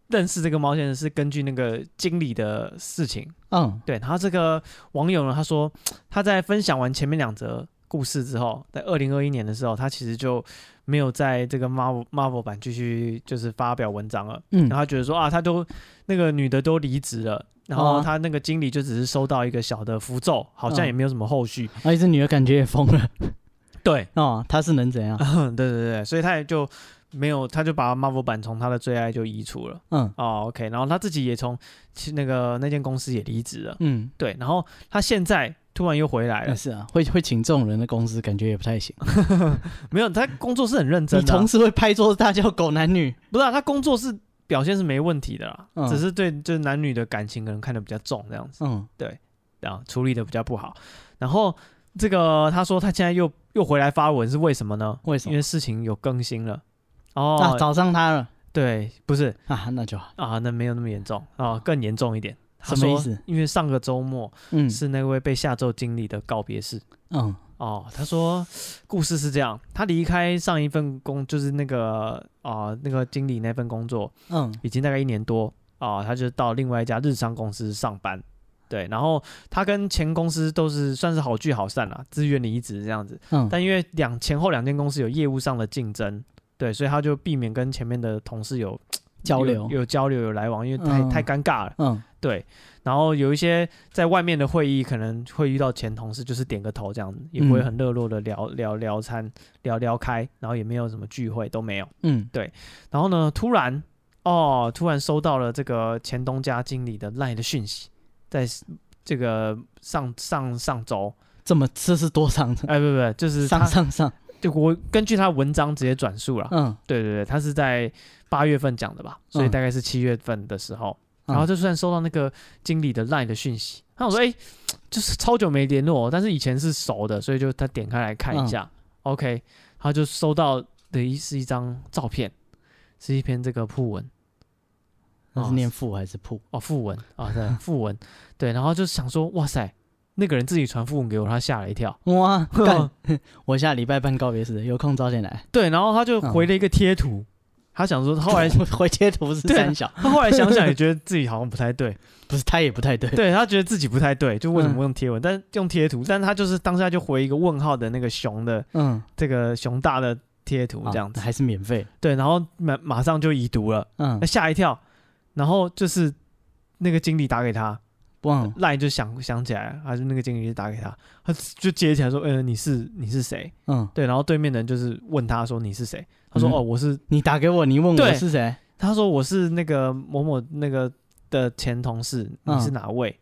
认识这个猫先生是根据那个经理的事情。嗯对，然后这个网友呢，他说他在分享完前面两则故事之后，在二零二一年的时候，他其实就没有在这个 Marvel Marvel 版继续就是发表文章了。嗯然后他觉得说啊，他都那个女的都离职了，然后哦他那个经理就只是收到一个小的符咒，好像嗯也没有什么后续。而且这啊女的感觉也疯了对，哦，她是能怎样？ 对对对，所以他也就没有，他就把 Marvel 版从他的最爱就移除了。嗯哦，OK，然后他自己也从其那个那间公司也离职了。嗯，对，然后他现在突然又回来了也，是啊，会会请这种人的公司感觉也不太行。没有，他工作是很认你真的啊、同时会拍桌子大叫狗男女，不是、啊、他工作是表现是没问题的啦，嗯只是对就是男女的感情可能看得比较重这样子，嗯啊，处理的比较不好。然后这个他说他现在又又回来发文是为什么呢？为什么因为事情有更新了。哦，啊，找上他了对，不是啊，那就好。啊，那没有那么严重啊，更严重一点。他什么说意思？因为上个周末嗯是那位被下周经理的告别式。嗯哦，他说故事是这样，他离开上一份工，就是那个啊、那个经理那份工作，嗯已经大概一年多啊、他就到另外一家日商公司上班。对，然后他跟前公司都是算是好聚好散啦，自愿离职这样子。嗯但因为两前后两间公司有业务上的竞争，对，所以他就避免跟前面的同事有交流有，有交流、有来往，因为太、嗯太尴尬了。嗯对，然后有一些在外面的会议，可能会遇到前同事，就是点个头这样子，也不会嗯很热络的聊聊聊餐、聊聊开，然后也没有什么聚会都没有。嗯然后呢，突然哦，突然收到了这个前东家经理的赖的讯息，在这个上上上 周，这么这是多上哎，不不不， 就是上他，啊上上，就我根据他文章直接转述了。嗯对对对，他是在八月份讲的吧，所以嗯大概是七月份的时候，然后就算收到那个经理的 LINE 的讯息，他想说，哎、就是超久没联络，但是以前是熟的，所以就他点开来看一下、o 嗯 k 他就收到的一是一张照片，是一篇这个铺文那是念父还是铺？哦，附文啊，对，附文，对，然后就想说，哇塞，那个人自己传附文给我，他吓了一跳，哇， 干！我下礼拜办告别式，有空早点来。对，然后他就回了一个贴图，他想说，他 后来 回贴图是对啊三小，他后来想想也觉得自己好像不太对，不是他也不太对。对他觉得自己不太对，就为什么用贴文，但是用贴图，但是他就是当下就回一个问号的那个熊的嗯，这个熊大的贴图啊这样子，还是免费。对，然后马马上就已读了，嗯那，吓一跳，然后就是那个经理打给他，忘了。赖就想想起来了，还是那个经理就打给他，他就接起来说，呃，你是你是谁？嗯，对，然后对面的人就是问他说你是谁？他说、嗯哦，我是，你打给我，你问我对是谁？他说我是那个某某那个的前同事，你是嗯哪位？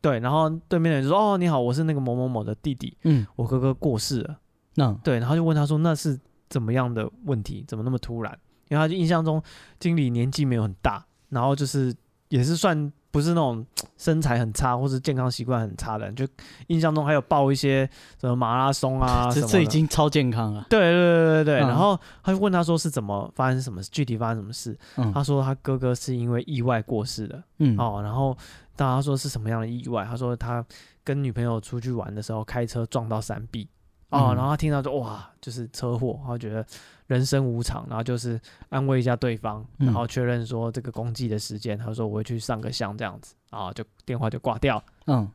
对，然后对面的人就说：“哦，你好，我是那个某某某的弟弟。”嗯，我哥哥过世了，那对，然后就问他说那是怎么样的问题，怎么那么突然？因为他就印象中经理年纪没有很大，然后就是也是算不是那种身材很差或是健康习惯很差的人，就印象中还有报一些什么马拉松啊什 这么这已的经超健康啊了。对对对对对，嗯然后他就问他说是怎么发生什么事，具体发生什么事？嗯他说他哥哥是因为意外过世的，嗯，哦，然后大家说是什么样的意外？他说他跟女朋友出去玩的时候开车撞到山壁，哦，嗯然后他听到就哇，就是车祸，然后觉得人生无常，然后就是安慰一下对方，然嗯后确认说这个公祭的时间，他说我会去上个香这样子，啊，就电话就挂掉。嗯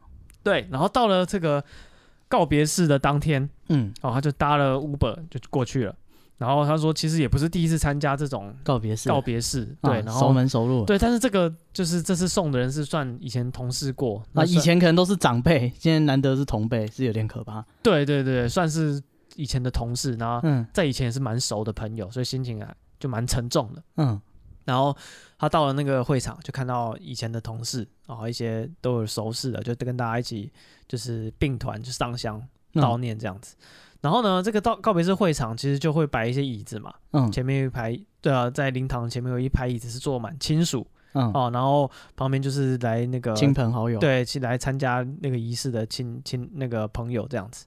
对，然后到了这个告别式的当天，嗯，哦，他就搭了 Uber 就过去了。然后他说，其实也不是第一次参加这种告别式，告别式，啊对，然后熟门熟路了。对，但是这个就是这次送的人是算以前同事过那啊，算以前可能都是长辈，现在难得是同辈，是有点可怕。对对对，算是以前的同事，然后嗯啊在以前也是蛮熟的朋友，所以心情啊就蛮沉重的。嗯然后他到了那个会场，就看到以前的同事，然后一些都有熟识的，就跟大家一起就是并团就上香嗯悼念这样子。然后呢，这个告告别式会场其实就会摆一些椅子嘛，嗯前面有一排，对啊，在灵堂前面有一排椅子是坐满亲属嗯，哦，然后旁边就是来那个亲朋好友，，对，去来参加那个仪式的亲亲那个朋友这样子。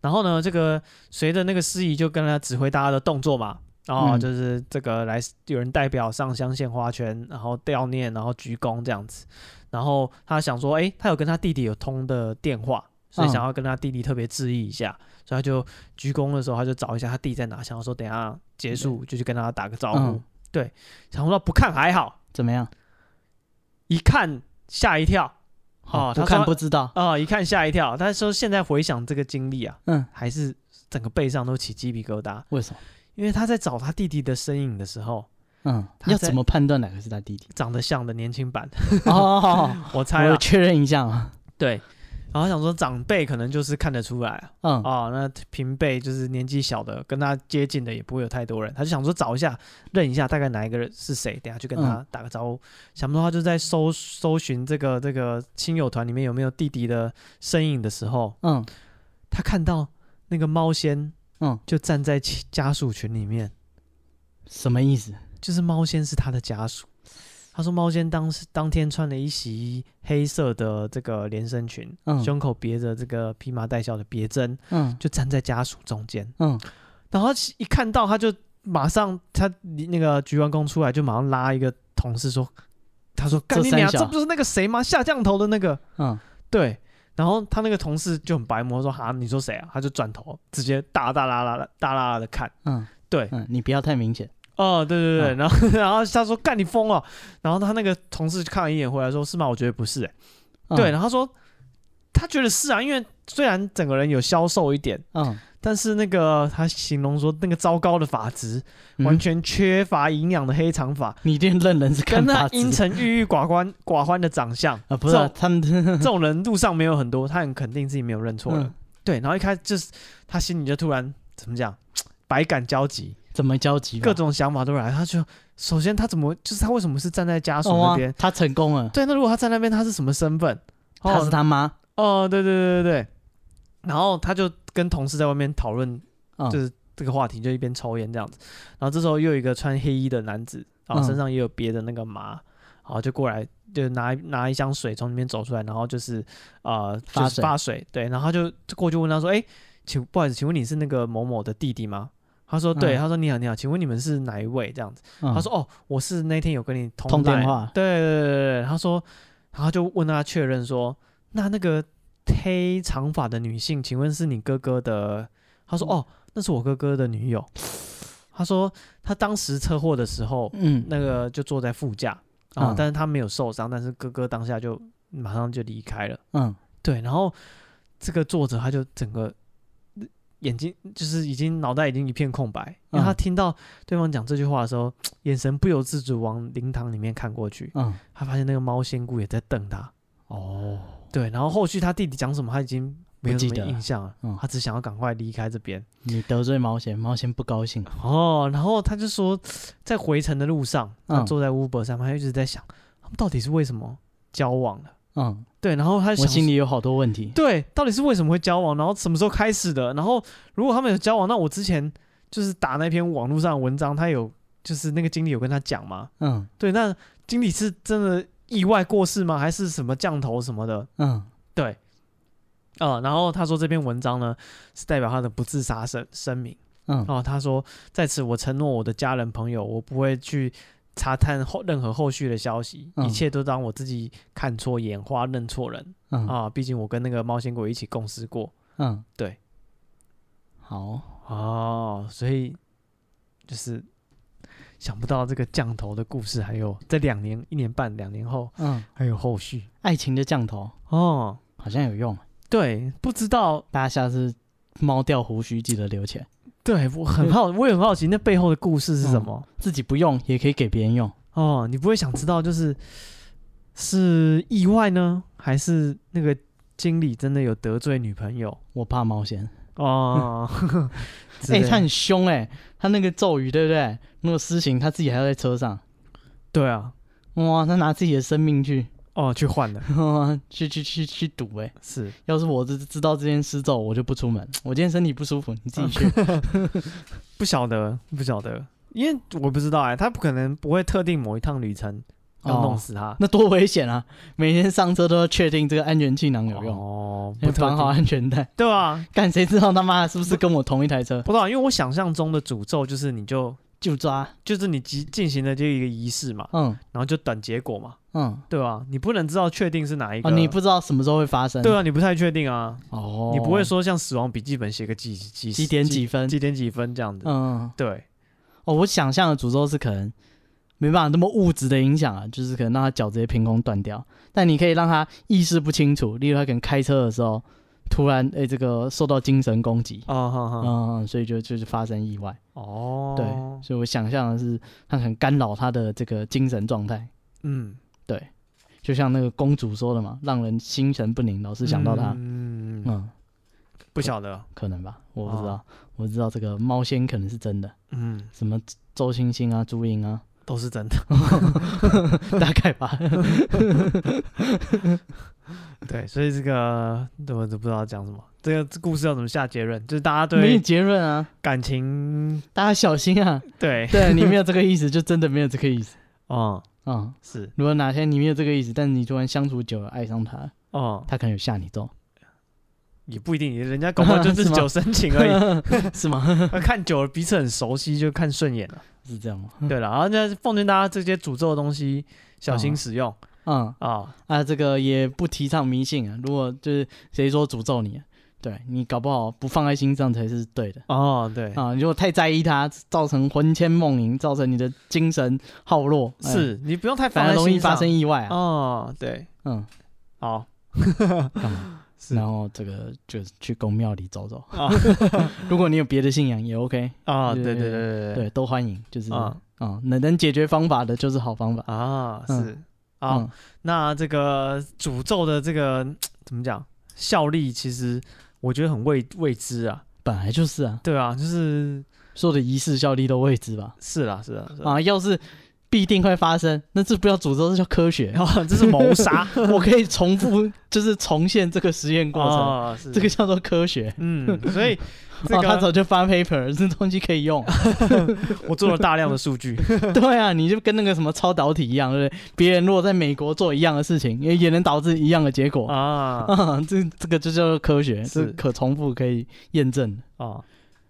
然后呢，这个随着那个司仪就跟他指挥大家的动作嘛，哦然后嗯就是这个来有人代表上香献花圈，然后悼念，然后鞠躬这样子。然后他想说，诶，他有跟他弟弟有通的电话，所以嗯想要跟他弟弟特别致意一下，所以他就鞠躬的时候，他就找一下他弟在哪，想要说等一下结束就去跟他打个招呼。嗯对，想说不看还好，怎么样？一看吓一跳。哦好，他不说看不知道，啊、一看吓一跳。他说现在回想这个经历啊，嗯，还是整个背上都起鸡皮疙瘩，为什么？因为他在找他弟弟的身影的时候，嗯，他要在？怎么判断哪个是他弟弟 长得像的年轻 版，哦，我猜我啊，确认一下啊，对。然后想说长辈可能就是看得出来啊，嗯哦那平辈就是年纪小的，跟他接近的也不会有太多人，他就想说找一下认一下大概哪一个人是谁，等下去跟他嗯打个招呼。想不到他就在搜搜寻这个这个亲友团里面有没有弟弟的身影的时候，嗯，他看到那个猫仙，嗯，就站在其家属群里面，什么意思？就是猫仙是他的家属。他说猫仙当时当天穿了一袭黑色的这个连身裙，嗯胸口别着这个披麻戴孝的别针，嗯就站在家属中间。嗯，然后他一看到他就马上他那个局完工出来就马上拉一个同事说，他说干这你三娘，小这不是那个谁吗？下降头的那个。嗯，对，然后他那个同事就很白目说：“哈，你说谁啊？”他就转头直接大大啦啦啦大啦啦的看，嗯，对，嗯，你不要太明显。哦，对对对，然后然后他说：“干你疯了！”然后他那个同事看了一眼回来说：“是吗？我觉得不是、欸。嗯对，，然后他说他觉得是啊，因为虽然整个人有消瘦一点，嗯，但是那个他形容说那个糟糕的发质，完嗯全缺乏营养的黑长发，你一定认人是看跟他八字阴沉郁郁寡欢寡欢的长相，啊，不是啊这种他们这种人路上没有很多，他很肯定自己没有认错了。嗯对，然后一开始就是他心里就突然怎么讲，百感交集，怎么交集啊？各种想法都来。他就首先他怎么就是他为什么是站在家属哦那啊边？他成功了，对，那如果他站那边，他是什么身份？哦他是他妈，哦，对对对对对。然后他就跟同事在外面讨论，嗯就是这个话题，就一边抽烟这样子。然后这时候又有一个穿黑衣的男子，然后身嗯上也有别的那个麻，然后就过来，就拿拿一箱水从里面走出来，然后就是呃，发就是水发水，对，然后他就就过去问他说：“哎，请不好意思，请问你是那个某某的弟弟吗？”他说：“对。嗯他说：“你好，你好，请问你们是哪一位？”这样子，嗯他说：“哦，我是那天有跟你通通电 line 话对对对对对，他说，然后就问他确认说，那那个黑长发的女性，请问是你哥哥的？他嗯说，哦，那是我哥哥的女友。他说，他当时车祸的时候，嗯，哦那个就坐在副驾啊、嗯但是他没有受伤，但是哥哥当下就马上就离开了。嗯对，然后这个作者他就整个呃眼睛就是已经脑袋已经一片空白，因为他嗯听到对方讲这句话的时候，眼神不由自主往灵堂里面看过去，嗯，他发现那个猫仙姑也在瞪他。哦，对，然后后续他弟弟讲什么，他已经没有什不记么得了印象了，嗯他只想要赶快离开这边。你得罪毛贤，毛贤不高兴，哦，然后他就说，在回程的路上，他嗯坐在 Uber 上面，他一直在想，他们到底是为什么交往了？嗯，对，然后他就想我心说里有好多问题，对，到底是为什么会交往？然后什么时候开始的？然后如果他们有交往，那我之前就是打那篇网络上的文章，他有就是那个经理有跟他讲吗？嗯对，那经理是真的意外过世吗？还是什么降头什么的？嗯对，啊、然后他说这篇文章呢是代表他的不自杀声声明。嗯哦，他说在此我承诺我的家人朋友，我不会去查探后任何后续的消息，一嗯切都当我自己看错眼花认错人嗯啊！毕竟我跟那个猫仙鬼一起共事过嗯，哦对，好，哦，所以就是想不到这个降头的故事还有在两年、一年半、两年后嗯，还有后续爱情的降头哦。好像有用，对，不知道大家下次猫掉胡须记得留起来，对我很好，我也很好奇那背后的故事是什嗯么、自己不用也可以给别人用，哦。你不会想知道，就是是意外呢，还是那个经理真的有得罪女朋友我怕毛贤，哦？ 之哎，类他很凶哎，他那个咒语对不对？那个私刑他自己还要在车上，对啊，哇，他拿自己的生命去，哦，去换的，哇 去去去去赌哎、是要是我知知道这件事之后，我就不出门。我今天身体不舒服，你自嗯己去。不晓得，不晓得，因为我不知道哎、他不可能不会特定某一趟旅程 要弄哦死他，那多危险啊！每天上车都要确定这个安全气囊有用，哦，不先特绑好定，安全带。对啊，干谁知道他妈的是不是跟我同一台车？不知道，因为我想象中的诅咒就是你就就抓，就是你进进行了这一个仪式嘛，嗯然后就等结果嘛，嗯，对吧、你不能知道确定是哪一个，哦，你不知道什么时候会发生。对啊，你不太确定啊，哦，你不会说像《死亡笔记本》写个几几几点几分？几点几分这样子，嗯，对，哦，我想象的诅咒是可能没办法那么物质的影响啊，就是可能让他脚直接凭空断掉，但你可以让他意识不清楚，例如他可能开车的时候突然诶、这个受到精神攻击，哦，哈哈，嗯，所以就就是发生意外。哦，对，所以我想象的是他可能干扰他的这个精神状态，嗯，对，就像那个公主说的嘛，让人心神不宁，老是想到他，嗯，嗯，不晓得，可能吧，我不知哦道，我知道这个猫仙可能是真的，嗯，什么周星星啊、朱茵啊， 都是真的，大概吧，对，所以这个我都不知道讲什么，这个这故事要怎么下结论？就是大家没有对结论啊，感情，大家小 心啊，对，对你没有这个意思，就真的没有这个意思， 嗯，嗯。是，如果哪天你没有这个意思，但是你突然相处久了爱上他，嗯，他可能有吓你咒，也不一定，人家搞不好 就日是吗久生情而已， 是吗？看久了彼此很熟悉，就看顺眼了。是这样吗？对了，然后那奉劝大家这些诅咒的东西小心使用嗯，啊，啊，这个也不提倡迷信啊。如果就是谁说诅咒你啊，对你搞不好不放在心上才是对的哦，对，啊。如果太在意它，造成魂牵梦萦，造成你的精神耗落，哎是你不用太反烦，而容易发生意外啊。哦，对，嗯，好，干嘛？是然后这个就去宫庙里走走。啊 如果你有别的信仰也 OK，啊，对对对对对对对，都欢迎。就是啊啊，能能解决方法的就是好方法。啊，嗯是啊，嗯，那这个诅咒的这个怎么讲效力，其实我觉得很未未知啊，本来就是啊，对啊，就是所有的仪式效力都未知吧。是啦是啦，是啦 啊，要是必定会发生，那这不叫诅咒，这叫 科学。然后哦这是谋杀我可以重复，就是重现这个实验 过程，啊，是这个叫做科学。嗯，所以这哦， 他个早就发 paper，这东西可 以用。我做了大量的数 据，对啊，你就跟那个什么超导体一样，对不对？别人如果在美国做一样的事情，也也能导致一样的结果。啊啊， 这这个就叫做科学，是是可重复、可以验证的。啊，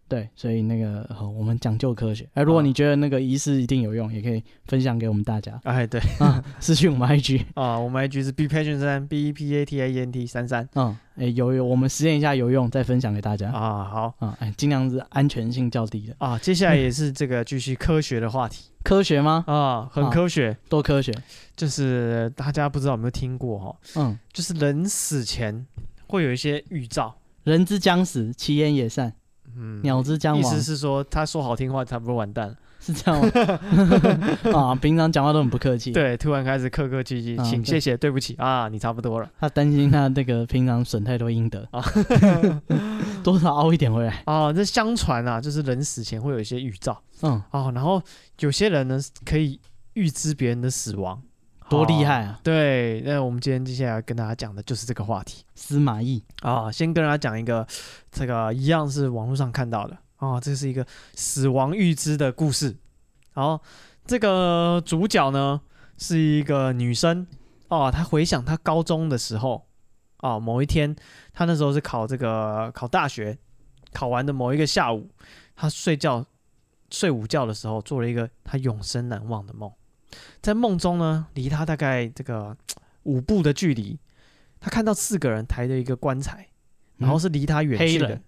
对，所以那个、哦、我们讲究科学。哎、如果啊你觉得那个仪式一定有用，也可以分享给我们大家哎对啊，私讯 我们 IG。啊，我们 IG 是 B patient 三 B E P A T A E N T 三三嗯，哎、有有，我们实验一下有用，再分享给大家。啊，啊，好哎、尽量是安全性较低的，啊，接下来也是这个继续科学的话题科学吗？啊，很啊科学，多科学。就是大家不知道有没有听过哈，嗯，就是人死前会有一些预兆，人之将死，其言也善；嗯，鸟之将意亡思，是说他说好听话，他不是完蛋了，是 这样吗？啊，平常讲话都很不客气。，对，突然开始客客气气，啊请对谢谢，对不起啊，你差不多了他担心他那个平常损太多阴德啊啊，多少凹一点回来。啊，这相传啊，就是人死前会有一些预兆嗯，啊，然后有些人呢可以预知别人的死亡，多厉啊害啊！对，那我们今天接下来跟大家讲的就是这个话题司马懿啊。先跟大家讲一个，这个一样是网络上看到的啊，这是一个死亡预知的故事。然后这个主角呢是一个女生哦、她回想她高中的时候哦，某一天她那时候是考这个考大学，考完的某一个下午，她睡觉睡午觉的时候做了一个她永生难忘的梦，在梦中呢，离她大概这个五步的距离，他看到四个人抬着一个棺材，然后是离他远去嗯黑的人。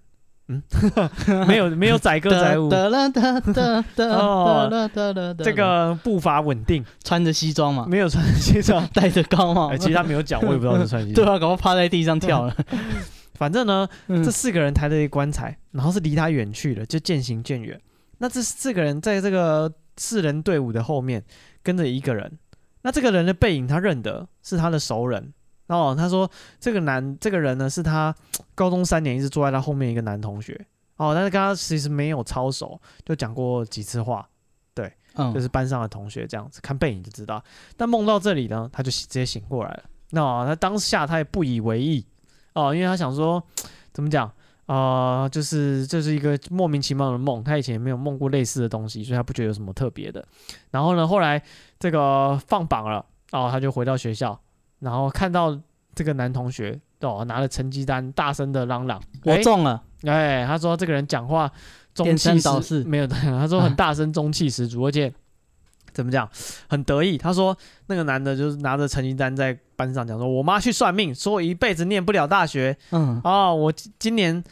嗯， 没有没有载歌载 舞，得了得得哦得得得得得，这个步伐稳定，穿着西装嘛，。没有穿西装 戴着高帽哎，，其实他没有讲，我也不知道是穿西哦 对装。啊，搞不好趴在地 上跳了。反正呢，嗯这四个人抬着一个棺材，然后是离他远去了，就渐行渐远。那这四个人在这个四人队伍的后面跟着一个人，那这个人的背影他认得，是他的熟人。哦，他说这个男这个人呢是他高中三年一直坐在他后面一个男同学。哦，但是跟他其实没有超熟，就讲过几次话。嗯，就是班上的同学这样子，看背影就知道。但梦到这里呢，他就直接醒过来了。那、哦他当下他也不以为意哦，因为他想说，怎么讲？啊，就是这是一个莫名其妙的梦，他以前也没有梦过类似的东西，所以他不觉得有什么特别的。然后呢，后来这个放榜了，哦，他就回到学校，然后看到这个男同学哦拿了成绩单，大声的嚷嚷：“我哎中了，哎，他说这个人讲话中颠三气倒十四没有， 他说很大声，中气十足，而且 怎么讲，很得意。他说那个男的就是拿着成绩单在班上讲说，我妈去算命，说我一辈子念不了大学嗯，哦，我今今年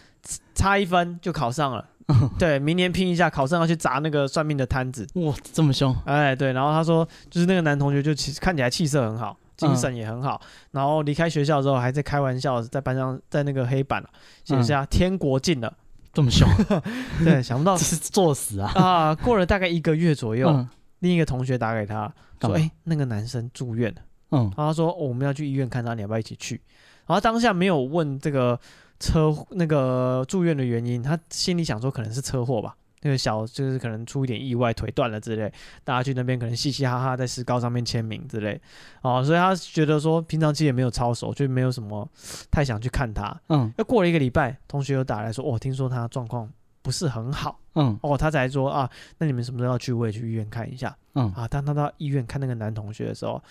差一分就考上了， 对，明年拼一下，考上要去砸那个算命的摊子。哇，这么凶，哎，对，然后他说，就是那个男同学就其实看起来气色很好，精神也很好，然后离开学校之后还在开玩笑，在班上在那个黑板啊写下“天国近了”，这么 凶，对，想不到这是作死啊！ 啊、过了大概一个月左右，嗯另一个同学打给他干说：“嘛哎、那个男生住院了。”嗯然后他说、哦我们要去医院看他，你要不要一起去？”然后当下没有问这个车那个住院的原因，他心里想说可能是车祸吧，那个小就是可能出一点意外，腿断了之类，大家去那边可能嘻嘻哈哈在石膏上面签名之类，哦，所以他觉得说平常其实也没有操守，就没有什么太想去看他。嗯又过了一个礼拜，同学又打来说：“哦，听说他状况不是很好。”嗯哦，他才说啊，那你们什么时候要去？我也去医院看一下嗯啊。当他到医院看那个男同学的时候，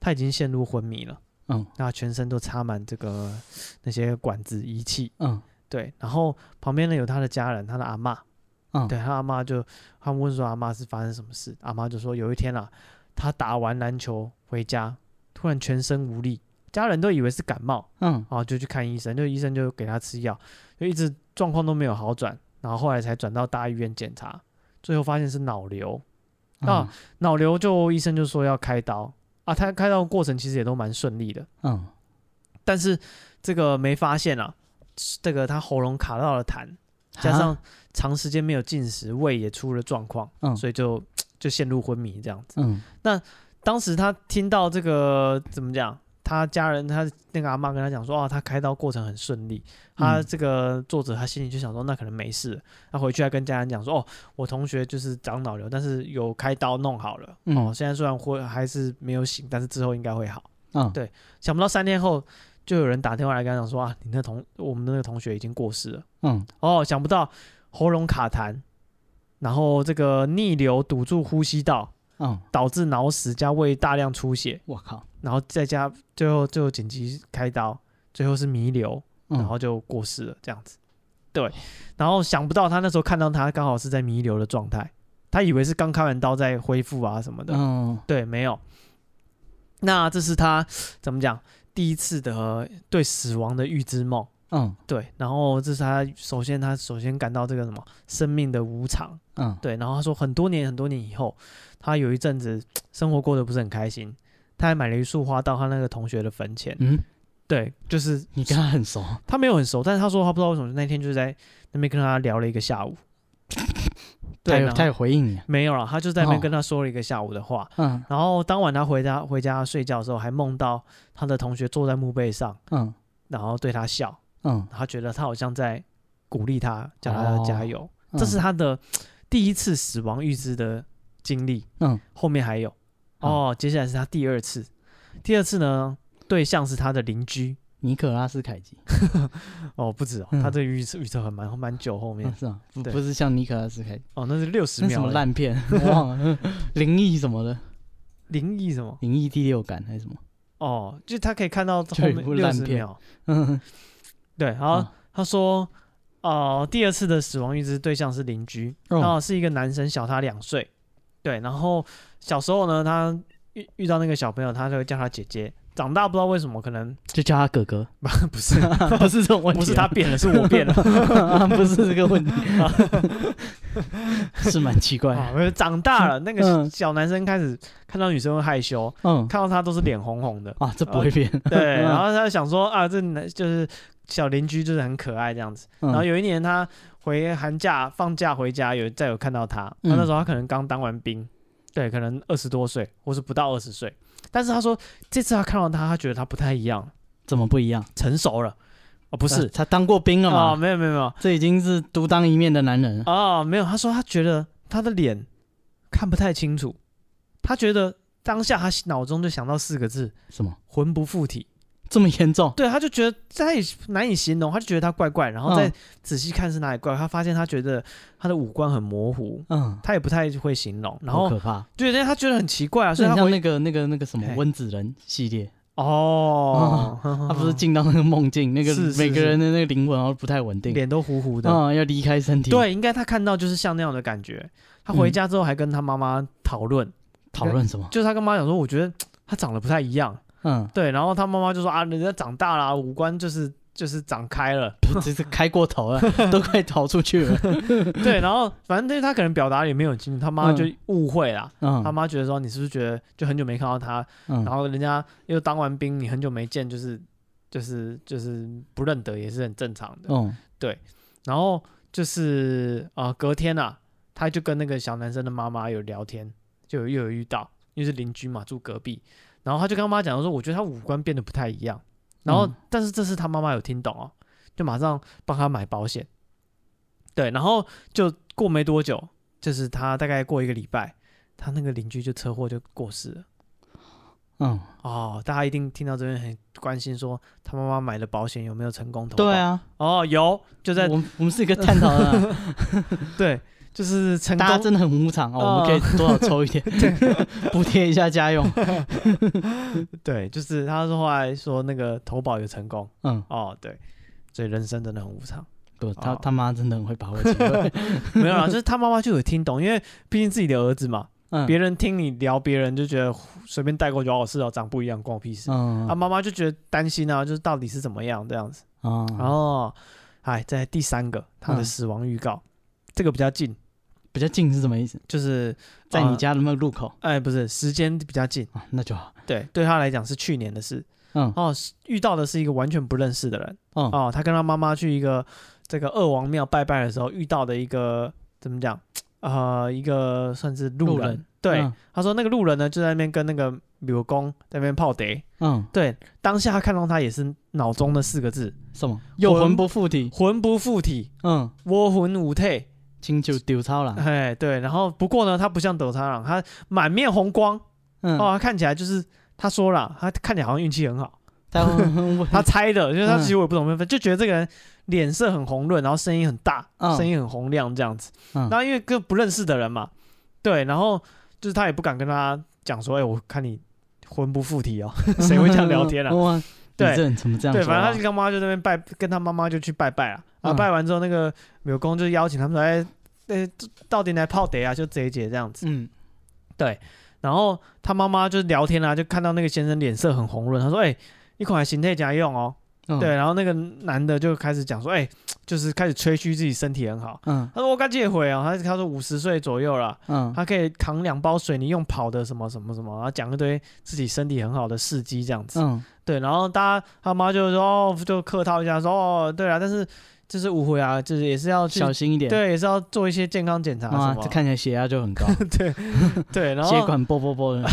他已经陷入昏迷了，嗯那全身都插满这个那些管子仪器，嗯对。然后旁边呢有他的家人，他的阿嬷，嗯，对他阿嬷就他们问说阿嬷是发生什么事，阿嬷就说有一天啊，他打完篮球回家，突然全身无力，家人都以为是感冒，嗯啊，就去看医生，就医生就给他吃药，就一直状况都没有好转，然后后来才转到大医院检查，最后发现是脑瘤，嗯啊脑瘤就医生就说要开刀啊，他开刀过程其实也都蛮顺利的，嗯但是这个没发现啊，这个他喉咙卡到了痰，加啊上长时间没有进食，胃也出了状况，嗯所以就就陷入昏迷这样子。嗯当时他听到这个怎么讲？他家人，他那个阿妈跟他讲说，哦，他开刀过程很顺利。他嗯这个作者，他心里就想说，那可能没事。他回去还跟家人讲说，哦，我同学就是长脑瘤，但是有开刀弄好了。嗯哦，现在虽然会还是没有醒，但是之后应该会好。嗯对想不到三天后，就有人打电话来跟他讲说，啊，你那同我们的那个同学已经过世了。嗯哦，想不到喉咙卡痰，然后这个逆流堵住呼吸道，嗯，导致脑死加胃大量出血。我靠，然后再加最后最后紧急开刀，最后是弥留，嗯然后就过世了这样子。对，然后想不到他那时候看到他刚好是在弥留的状态，他以为是刚开完刀在恢复啊什么的。嗯对，没有。那这是他怎么讲第一次的对死亡的预知梦。嗯对，然后这是他首先他首先感到这个什么生命的无常。嗯对，然后他说很多年很多年以后，他有一阵子生活过得不是很开心，他还买了一束花到他那个同学的坟前。嗯，对，就是你跟他很熟，他没有很熟，但是他说他不知道为什么那天就是在那边跟他聊了一个下午。他对，有然后他有回应你，没有了，他就在那边哦跟他说了一个下午的话。嗯然后当晚他回家回家睡觉的时候，还梦到他的同学坐在墓碑上，嗯然后对他笑，嗯，他觉得他好像在鼓励他，叫他加哦油。这是他的第一次死亡预知的经历。嗯，后面还有哦，接下来是他第二次，第二次呢，对象是他的邻居尼可拉斯凯奇，哦，不止哦，嗯他这个预测预测很蛮蛮久后面嗯是吗？不对不是像尼可拉斯凯奇，哦，那是六十那什秒么了 烂片，我忘了，灵异什么的，灵异什么灵异第六感还是什么？哦，就是他可以看到后就有一面部六烂十片秒，嗯对，然后他说哦、第二次的死亡预知对象是邻居，哦然后是一个男生，小他两岁，对，然后小时候呢，他遇遇到那个小朋友，他就会叫他姐姐。长大不知道为什么，可能就叫他哥 哥，不是不是这种问题啊，啊不是他变了，是我 变了。不是这个问题， 是蛮奇怪。啊我觉得长大了，那个嗯小男生开始看到女生会害羞，嗯，。看到她都是脸红红 的啊，这不会变。对，然后他就想说啊，这男就是小邻居，就是很可爱这样子。嗯然后有一年他回寒假放假回家，有再有看到他，嗯他那时候他可能刚当完兵，对，可能二十多岁，或是不到二十岁。但是他说这次他看到他，他觉得他不太一样，怎么不一样？成熟了。哦，不不是他当过兵了啊，嘛？没有没有没有嗯 哦这已经是独当一面的男人。啊，没有。他说他觉得他的脸看不太清楚，他觉得当下他脑中就想到四个字什么“魂不附体这么严重”，？对，他就觉得他也难以形容，他就觉得他怪怪，然后再嗯仔细看是哪里怪，他发现他觉得他的五官很模糊，嗯，他也不太会形容，然好后可怕，对，但他觉得很奇怪啊，所就以他很像回那个那个那个什么嘿温子仁系列，哦，他他不是进到那个梦境，那个是是每个人的那个灵魂好像不太稳定，脸都糊糊的，嗯，要离开身体，，对，应该他看到就是像那样的感觉。他回嗯家之后还跟他妈妈讨论，讨论什么？就是他跟妈讲说，我觉得他长得不太一样。嗯，对，然后他妈妈就说啊，人家长大啦，五官就是就是长开了。 这是开过头了，都快逃出去了，对，然后反正就是他可能表达也没有很清楚，他妈就误会啦。他嗯妈觉得说你是不是觉得就很久没看到他，嗯，然后人家又当完兵，你很久没见，就是就是就是不认得也是很正常的。嗯然后就是呃，隔天啊，他就跟那个小男生的妈妈有聊天，就有又有遇到，因为是邻居嘛，住隔壁。然后他就跟他妈讲说，我觉得他五官变得不太一样。然后，嗯但是这次他妈妈有听懂哦，就马上帮他买保险。对，然后就过没多久，就是他大概过一个礼拜，他那个邻居就车祸就过世了。嗯，哦，大家一定听到这边很关心说，他妈妈买的保险有没有成功投保？对，啊，哦，有，就在我们我们是一个探讨 的啊。对，就是成大家功真的很无偿哦，哦我们可以多少 抽一点， 补贴一下家用。对，就是他说后来说那个投保有成功嗯，哦，对，所以人生真的很无常。不，他哦他妈真的很会把握机 会。没有啦，就是他妈妈就有听懂，因为毕竟自己的儿子嘛，嗯，别人听你聊别人就觉得呼随便带过去哦，是哦，长不一样关我屁事。嗯啊，妈妈就觉得担心啊，就是到底是怎么样这样子。啊，然后哦，哎，在第三个他的嗯死亡预告，这个比较近，比较近是什么意思？啊就是在你呃家的那个路口哎，不是时间比较近，啊，那就好。对，对他来讲是去年的事。嗯哦，是遇到的是一个完全不认识的人。嗯哦，他跟他妈妈去一个这个二王庙拜拜的时候遇到的一个怎么讲？呃，一个算是路人。路人对，嗯他说那个路人呢就在那边跟那个柳公在那边泡茶。嗯，对，当下他看到他也是脑中的四个字：什么？又魂不附体。魂不附体，嗯，窝魂无退。清酒丢超了。哎，对，然后不过呢，他不像斗苍狼，他满面红光。哦，嗯，他看起来就是他说了，他看起来好像运气很 好。他他 他猜的，就是他嗯其实我也不懂身份，就觉得这个人脸色很红润，然后声音很大，嗯声音很洪亮这样子。嗯那因为跟不认识的人嘛，对，然后就是他也不敢跟他讲说，哎、我看你魂不附体哦， 谁会这样聊 天啊？哇，对你这人怎么这样对，说反正啊？他就跟妈妈就在那边拜，跟他妈妈就去拜拜啊。啊，嗯拜完之后，那个柳公就邀请他们说，哎、哎、到底来泡茶啊？就这一节这样子。嗯然后他妈妈就聊天啊，就看到那个先生脸色很红润，他说，哎、你款形态家用哦。嗯对，然后那个男的就开始讲说，哎、就是开始吹嘘自己身体很好。嗯他说我刚戒回啊，他他说五十岁左右了，嗯他可以扛两包水泥用跑的什么什么什么，然后讲一堆自己身体很好的事迹这样子。嗯对，然后大家他妈就说哦，就客套一下说哦，对啊，但是就是误会啊，就是也是要去小心一点。对，也是要做一些健康检查什哇，么这。看起来血压就很高， 对，然血后管啵啵啵的，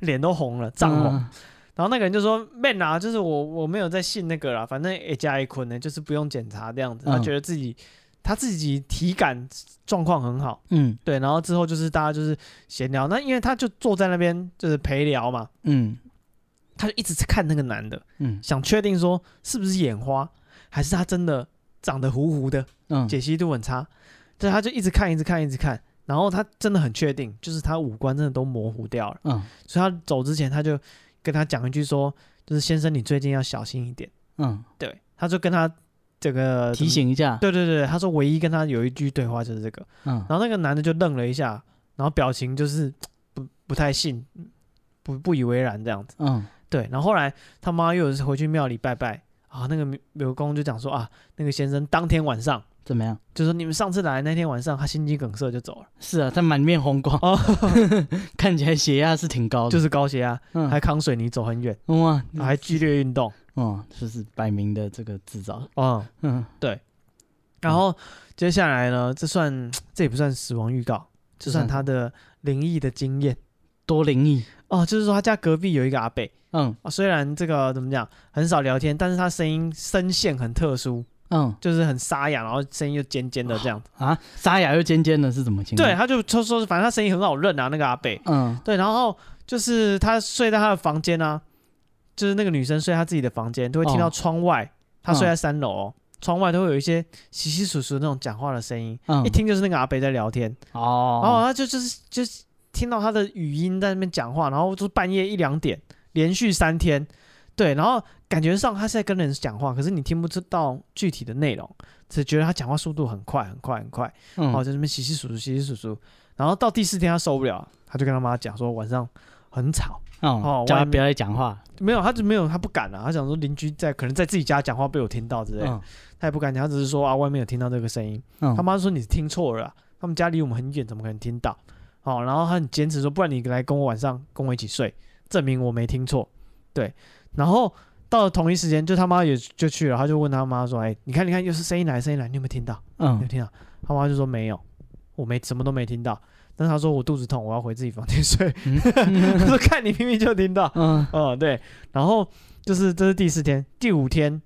脸都红了， 涨红。嗯然后那个人就说：“man 啊，就是我我没有在信那个啦，反正也加一坤呢，就是不用检查这样子。嗯他觉得自己他自己体感状况很好，嗯对。然后之后就是大家就是闲聊，那因为他就坐在那边就是陪聊嘛，嗯他就一直在看那个男的，嗯想确定说是不是眼花，还是他真的长得糊糊的，嗯，解析度很差。对，他就一直看，一直看，一直看。然后他真的很确定，就是他五官真的都模糊掉了。嗯所以他走之前，他就跟他讲一句说，就是先生，你最近要小心一点。嗯，对，他就跟他这个提。醒一下，呃对对对，他说唯一跟他有一句对话就是这个，嗯然后那个男的就愣了一下，然后表情就是不不太信，不不以为然这样子。嗯对，然后后来他妈又有一次回去庙里拜拜啊，那个庙庙公就讲说啊，那个先生当天晚上怎么样？就说你们上次来那天晚上，他心肌梗塞就走了，是啊，他满面红光，哦 看起来血压是挺高的，就是是高血压，嗯还扛水泥走很远，哇，还剧烈运动，嗯，就是摆明的这个制造，嗯，嗯然后接下来呢，这算这也不算死亡预告，这算他的灵异的经验多灵异，哦。就是说他家隔壁有一个阿伯嗯啊，虽然这个怎么讲很少聊天，但是他声音声线很特殊，嗯就是很沙哑，然后声音又尖尖的这样。啊，沙哑又尖尖的是怎么情况？对，，他就他说是，反正他声音很好认啊，那个阿贝。嗯对，然后就是他睡在他的房间啊，就是那个女生睡她自己的房间，都会听到哦嗯窗外，她睡在三楼、哦，窗外都会有一些稀稀疏疏那种讲话的声音，嗯一，听就是那个阿北在聊天，然后哦，他就就是就是听到他的语音在那边讲话，然后就是半夜一两点，连续三天，对，然后感觉上他是在跟人讲话，可是你听不知道具体的内容，只觉得他讲话速度很快很快很快，嗯哦然后在那边洗洗数数洗洗数数，然后到第四天他受不了，他就跟他妈讲说晚上很吵，哦嗯，叫外他面不要再讲话，没有，他就没有，他不敢了、啊，他想说邻居在可能在自己家讲话被我听到之类的，嗯他也不敢讲，他只是说啊外面有听到这个声音，嗯，他妈说你听错了啊、他们家离我们很远，怎么可能听到？哦，然后他很坚持说，不然你来跟我晚上跟我一起睡，证明我没听错。对，然后到了同一时间，就他妈也就去了，他就问他妈说，哎，你看你看又是声音来声音来，你有没有听到？你有嗯听到？他妈就说没有，我没什么都没听到。但是他说我肚子痛，我要回自己房间 睡。他说看你明明就听到，嗯嗯，对。然后就是这是第四天，第五天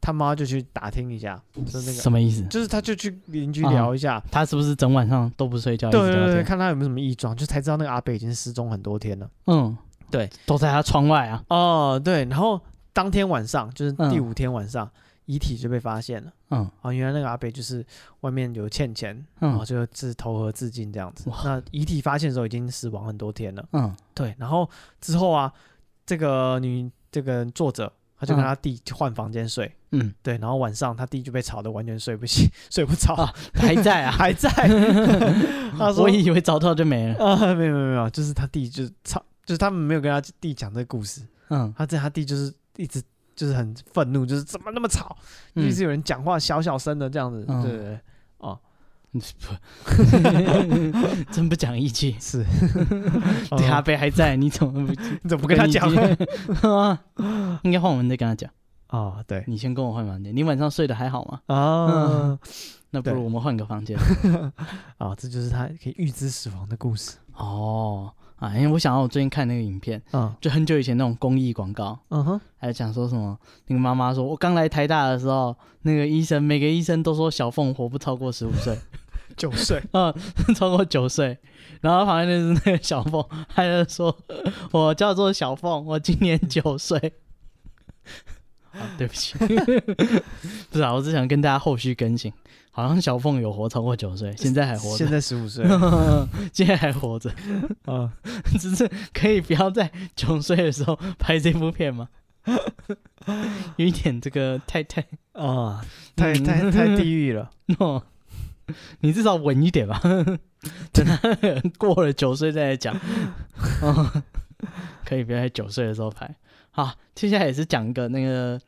他妈就去打听一下，就是那个，什么意思？就是他就去邻居聊一下，他是不是整晚上都不睡觉？一直对对聊对，天看他有没有什么异状，就才知道那个阿北已经失踪很多天了。嗯，对，都在他窗外啊，哦，对。然后当天晚上，就是嗯第五天晚上，遗体就被发现了。嗯啊，原来那个阿北就是外面有欠钱，然后嗯就是投河自尽这样子哇。那遗体发现的时候已经死亡很多天了。嗯对，然后之后啊，这个女这个作者，她就跟嗯她弟换房间睡。嗯，对，然后晚上她弟就被吵得完全睡不醒， 睡不着，啊还在啊， 还在。 他说我以为找到就没了，啊、没有没有没有，就是他弟就是吵，就是他们没有跟他弟讲这个故事， 嗯他这他弟就是一直就是很愤怒，就是怎么那么吵，就一嗯直有人讲话小小声的这样子，嗯对对对，哦，不嗯 真不讲 义气，是， 对啊阿他北还在，你怎么不你哦 怎么不跟他 讲？啊、讲？应该换我们再跟他讲。哦，对你先跟我换房间，你晚上睡得还好吗？啊啊 嗯、那不对如我们换个房 间。啊哦这就是他可以预知死亡的故事。哦，啊，因为我想到我最近看那个影片，嗯就很久以前那种公益广告，嗯哼，还有讲说什么那个妈妈说，我刚来台大的时候，那个医生每个医生都说小凤活不超过十五岁， 九岁，嗯，超过九岁，然后旁边就是那个小凤，他就说我叫做小凤，我今年九岁。啊，对不起， 不是啊，我只想跟大家后续更新。好像小凤有活超过九岁，现在还活着现，在十五 岁。现在还活着，嗯， 只是可以不要在九岁的时候拍这部片吗？有一点这个太太啊， 太太太地狱 了。哦，你至少稳一点吧，等他过了九岁再来讲。哦，可以不要在九岁的时候拍。好，接下来也是讲一个那个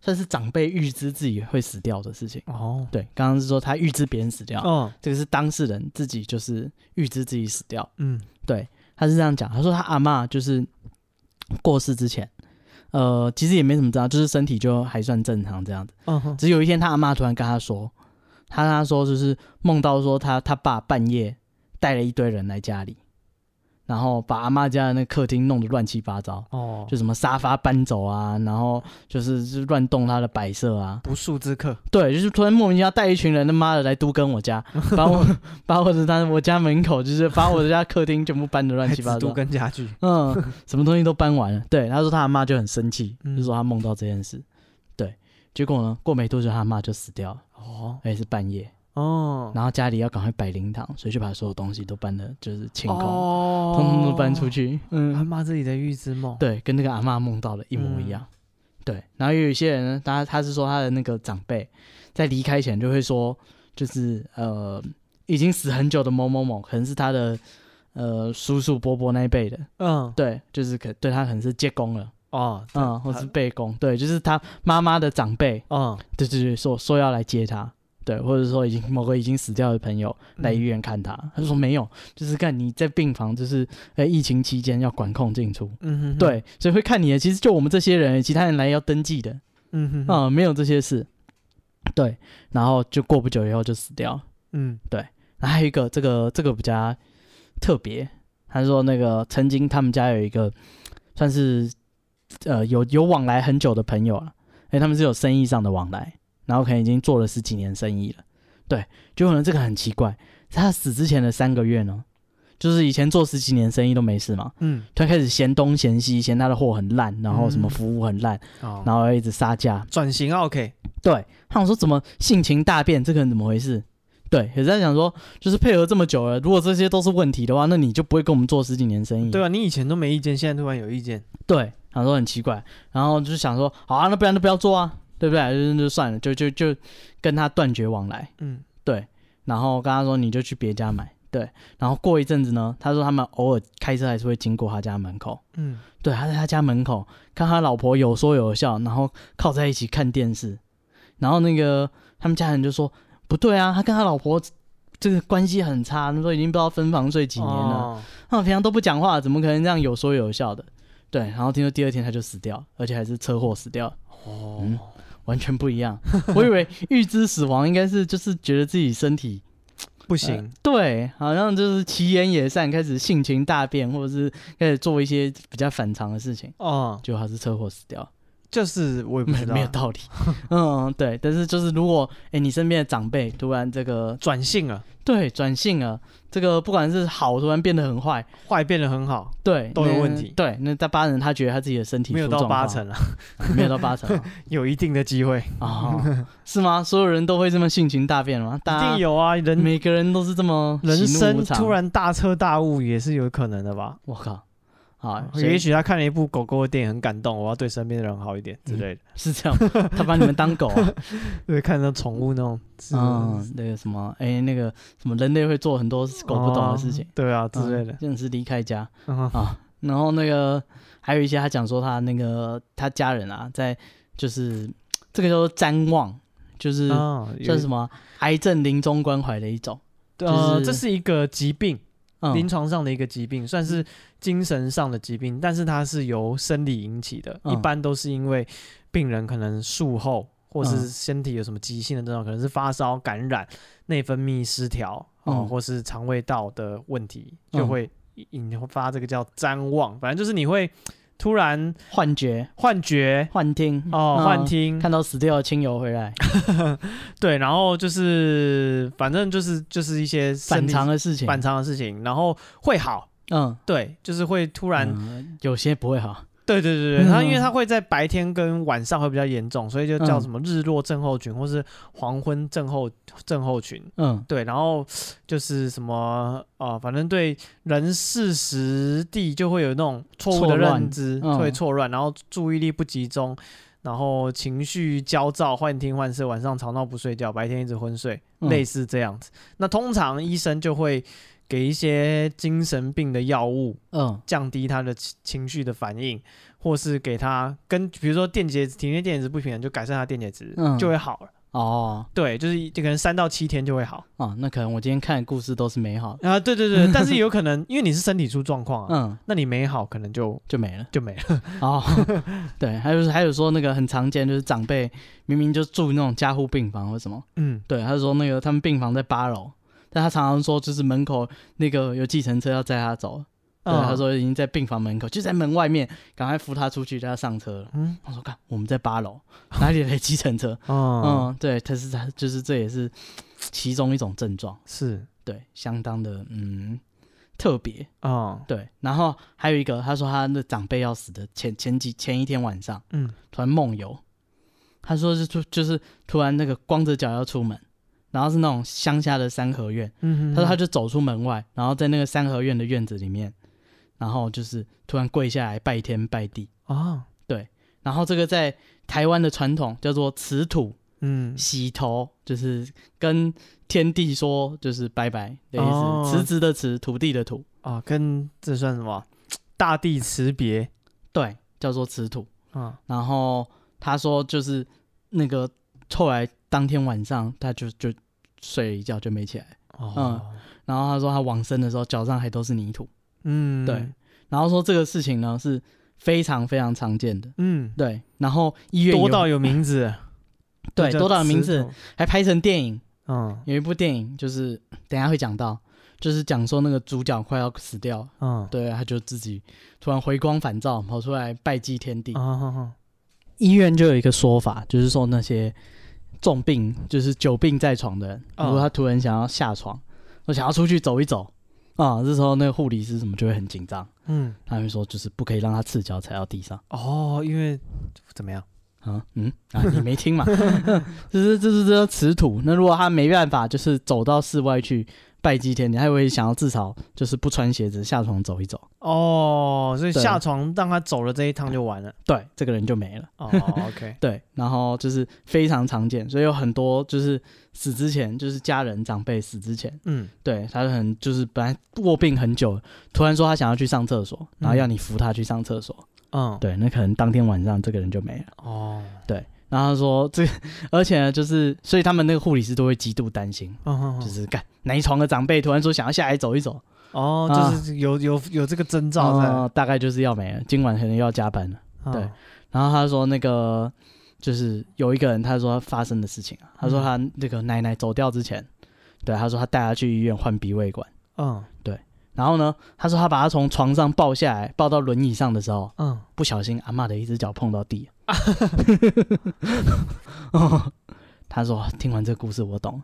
算是长辈预知自己会死掉的事情。哦，对，刚刚是说他预知别人死掉，嗯这个是当事人自己就是预知自己死掉。嗯他是这样讲，他说他阿嬷就是过世之前，呃，其实也没什么症状，就是身体就还算正常这样子。嗯哼，只有一天，他阿嬷突然跟他说，他跟他说就是梦到说他他爸半夜带了一堆人来家里，然后把阿嬷家的那个客厅弄得乱七八糟，哦，就什么沙发搬走啊，然后就是就是乱动他的摆设啊，不速之客。对，就是突然莫名其妙带一群人他妈的来都跟我家，把我 把我的他我家门口就是把我的家客厅全部搬得乱七八还只糟读。跟家具。嗯，什么东西都搬完了。对，他说他阿妈就很生气，嗯就说他梦到这件事。对，结果呢，过没多久他阿妈就死掉了，哦而且是半夜。哦，然后家里要赶快摆灵堂，所以就把所有东西都搬的，就是清空，哦，通通都搬出。去。他嗯，妈自己的预知梦。，对，跟那个阿妈梦到的一模一样。对，然后也有一些人呢，他他是说他的那个长辈在离开前就会说，就是呃，已经死很久的某某某，可能是他的呃叔叔伯伯那一辈的，嗯，对，就是可对他可能是借公了。哦，嗯，或他是被公，对，就是他妈妈的长辈，嗯，对对对，说说要来接他，对，或者说已经某个已经死掉的朋友来医嗯院看他，他就说没有，就是看你在病房，就是呃疫情期间要管控进出，嗯哼，，对，所以会看你的，其实就我们这些人，其他人来要登记的，嗯哼，啊、没有这些事，对，然后就过不久以后就死掉了，嗯然后还有一个这个这个比较特别，他说那个曾经他们家有一个算是呃有有往来很久的朋友啊，哎、他们是有生意上的往来，然后可能已经做了十几年生意了，对，就可能这个很奇怪，在他死之前的三个月呢，就是以前做十几年生意都没事嘛，嗯，突然开始嫌东嫌西，嫌他的货很烂，然后什么嗯服务很烂，哦，然后嗯要一直杀价，转型啊 OK，对，他想说怎么性情大变，这个人怎么回事？对，也在想说，就是配合这么久了，如果这些都是问题的话，那你就不会跟我们做十几年生意。对啊，你以前都没意见，现在突然有意见，对，想说很奇怪，然后就想说，好啊，那不然就不要做啊，对不对？就就算了，就就就跟他断绝往来。嗯，然后跟他说你就去别家买，对。然后过一阵子呢，他说他们偶尔开车还是会经过他家门口，嗯，对，他在他家门口看他老婆有说有笑，然后靠在一起看电视，然后那个他们家人就说不对啊，他跟他老婆这个关系很差，他们说已经不知道分房睡几年了，哦他们平常都不讲话，怎么可能这样有说有笑的？对，然后听说第二天他就死掉，而且还是车祸死掉，哦，嗯完全不一样。我以为预知死亡应该是就是觉得自己身体不行，对，好像就是奇言野善，开始性情大变，或者是开始做一些比较反常的事情。哦，结果他是车祸死掉，就是我也不呃没知道啊没有道理。 嗯，对。但是就是如果哎、诶你身边的长辈突然这个转性了，对转性了，这个不管是好突然变得很坏，坏变得很好，对都有那问题对，那大八人他觉得他自己的身体没有出到状况八，成了，没有到八成啊 有一定的机会， 啊、是吗？所有人都会这么性情大变吗？一大定家有啊，人每个人都是这么人喜怒无生常突，然大彻大悟也是有可能的吧。我靠，啊，所以哦也许他看了一部狗狗的电影很感动，我要对身边的人好一点之类的。是这样，他把你们当 狗啊。对，看到宠物那种，是嗯，那个什么，哎、那个什么，人类会做很多狗不懂的事情哦对啊之类的嗯。真的是离开家嗯 啊。然后那个还有一些，他讲说他那个他家人啊，在就是这个叫做瞻望，就是啊，有算什么癌症临终关怀的一种。呃，就是这是一个疾病，临嗯，床上的一个疾病，算是精神上的疾病，但是它是由生理引起的，嗯一般都是因为病人可能术后或嗯是身体有什么急性的症状，可能是发烧、感染、内分泌失调哦、嗯或是肠胃道的问题，嗯就会引发这个叫瞻望，反正就是你会突然幻觉、幻觉。幻听哦，嗯幻听，啊看到死掉的亲友回来，对，然后就是反正就是就是一些生 反理常的事情。反常的事情，然后会好，嗯，对，就是会突不然，有些不会好。对对对对，它因为嗯它会在白天跟晚上会比较严重，所以就叫什么日落症候群或是黄昏症候症候群，嗯对，然后就是什么呃，反正对人事实地就会有那种错误错的乱认知，嗯会错乱，然后注意力不集中。然后情绪焦躁、幻听、幻视，晚上吵闹不睡觉，白天一直昏睡，嗯类似这样子。那通常医生就会给一些精神病的药物，嗯降低他的情情绪的反应，或是给他跟比如说电解质，体内电解质不平衡，就改善他电解质，嗯就会好了。哦对，就是就可能三到七天就会好哦，那可能我今天看的故事都是美好的。啊、对对 对，但是有可能因为你是身体出状况啊，嗯，那你没好可能就就没了。就没了。 哦，对，还有还有说那个很常见，就是长辈明明就住那种加护病房或什么，嗯，对，他就说那个他们病房在八楼，但他常常说就是门口那个有计程车要载他走，对，嗯他，说已经在病房门口，就在门外面，赶快扶他出去，叫他上车了。嗯，我说看我们在八楼，哪里来计程车？哦，嗯，对，他是他就是这也是其中一种症状，是，对，相当的嗯特别，哦，对。然后还有一个，他说他的长辈要死的前前几前一天晚上。嗯，突然梦游，他说是突就是突然那个光着脚要出门，然后是那种乡下的三合院，嗯，他说他就走出门外，然后在那个三合院的院子里面，然后就是突然跪下来拜天拜地，啊，然后这个在台湾的传统叫做辞土嗯，洗头，就是跟天地说就是拜拜的意哦思，辞职的辞，土地的土，啊，跟这算什么？大地辞别对，叫做辞土。啊，然后他说就是那个后来当天晚上他就就睡了一觉就没起来，哦，然后他说他往生的时候脚上还都是泥土，嗯，对，然后说这个事情呢是非常非常常见的，嗯，对，然后医院有多到有名字， 对就叫多到有名词字头，还拍成电影，嗯有一部电影就是等一下会讲到，就是讲说那个主角快要死掉了，嗯，对，他就自己突然回光返照跑出来拜祭天地，啊，医院就有一个说法，就是说那些重病，就是久病在床的人，嗯如果他突然想要下床，我想要出去走一走啊、这时候那个护理师什么就会很紧张，嗯，他会说就是不可以让他赤脚踩到地上哦，因为怎么样？啊，嗯啊，你没听嘛？ 就是这是这是吃土。那如果他没办法，就是走到室外去拜祭天，你还会想要至少就是不穿鞋子下床走一走，哦，所以对下床让他走了这一趟就完了。对，这个人就没了。哦 ，OK，对，然后就是非常常见，所以有很多就是死之前，就是家人长辈死之前，嗯，对他就很就是本来卧病很久，突然说他想要去上厕所，然后要你扶他去上厕所，嗯，对，那可能当天晚上这个人就没了。哦，然后他说这，而且呢，就是所以他们那个护理师都会极度担心，嗯嗯，就嗯是干哪一床的长辈突然说想要下来走一走，哦，就是哦有有有这个征兆在。呃大概就是要没了，今晚可能又要加班了。嗯对，然后他说那个就是有一个人，他说他发生的事情嗯啊，他说他那个奶奶走掉之前，对，他说他带她去医院换鼻胃管，嗯然后呢，他说他把她从床上抱下来，抱到轮椅上的时候，嗯，不小心阿嬷的一只脚碰到地。 哦他说：“听完这个故事，我懂。”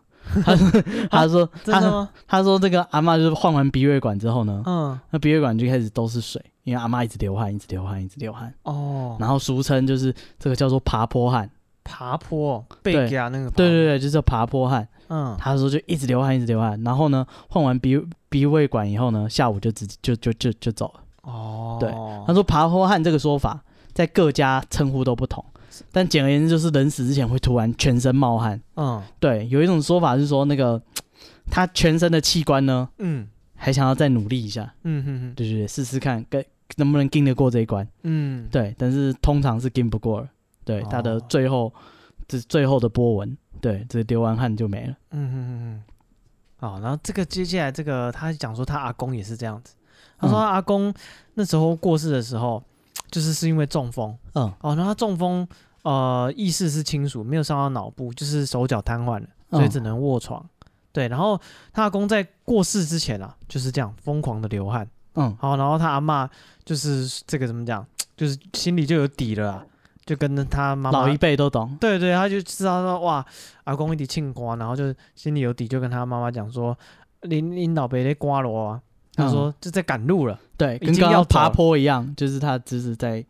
他说：“ 啊真的他说他吗？他说这个阿嬷就是换完鼻胃管之后呢，嗯，那鼻胃管就开始都是水，因为阿嬷一直流汗，一直流汗，一直流汗。哦，然后俗称就是这个叫做爬坡汗，爬坡贝加那个，对，对对，就是爬坡汗。嗯，他说就一直流汗，一直流汗。然后呢，换完鼻鼻胃管以后呢，下午就直就就就就走了。哦，对他说爬坡汗这个说法在各家称呼都不同，但简而言之就是人死之前会突然全身冒汗。嗯对，有一种说法是说那个他全身的器官呢，嗯还想要再努力一下，嗯嗯嗯对对对，试试看跟能不能经得过这一关。嗯，对，但是通常是经不过了。对，他的哦最后这最后的波纹，对，这流完汗就没了。嗯嗯嗯嗯。哦，然后这个接下来这个，他讲说他阿公也是这样子。他说他阿公那时候过世的时候，就是是因为中风。嗯哦，然后他中风，呃，意识是清楚，没有伤到脑部，就是手脚瘫痪了，所以嗯只能卧床。对，然后他阿公在过世之前啊，就是这样疯狂的流汗。嗯好，然后他阿嬷就是这个怎么讲，就是心里就有底了啊，就跟着他妈妈老一辈都懂。对对，他就知道说哇，阿公一直庆瓜，然后就心里有底，就跟他妈妈讲说，您您老伯在瓜罗啊，他嗯说就在赶路了对，已跟经刚要刚走爬了坡一样，就是他只是在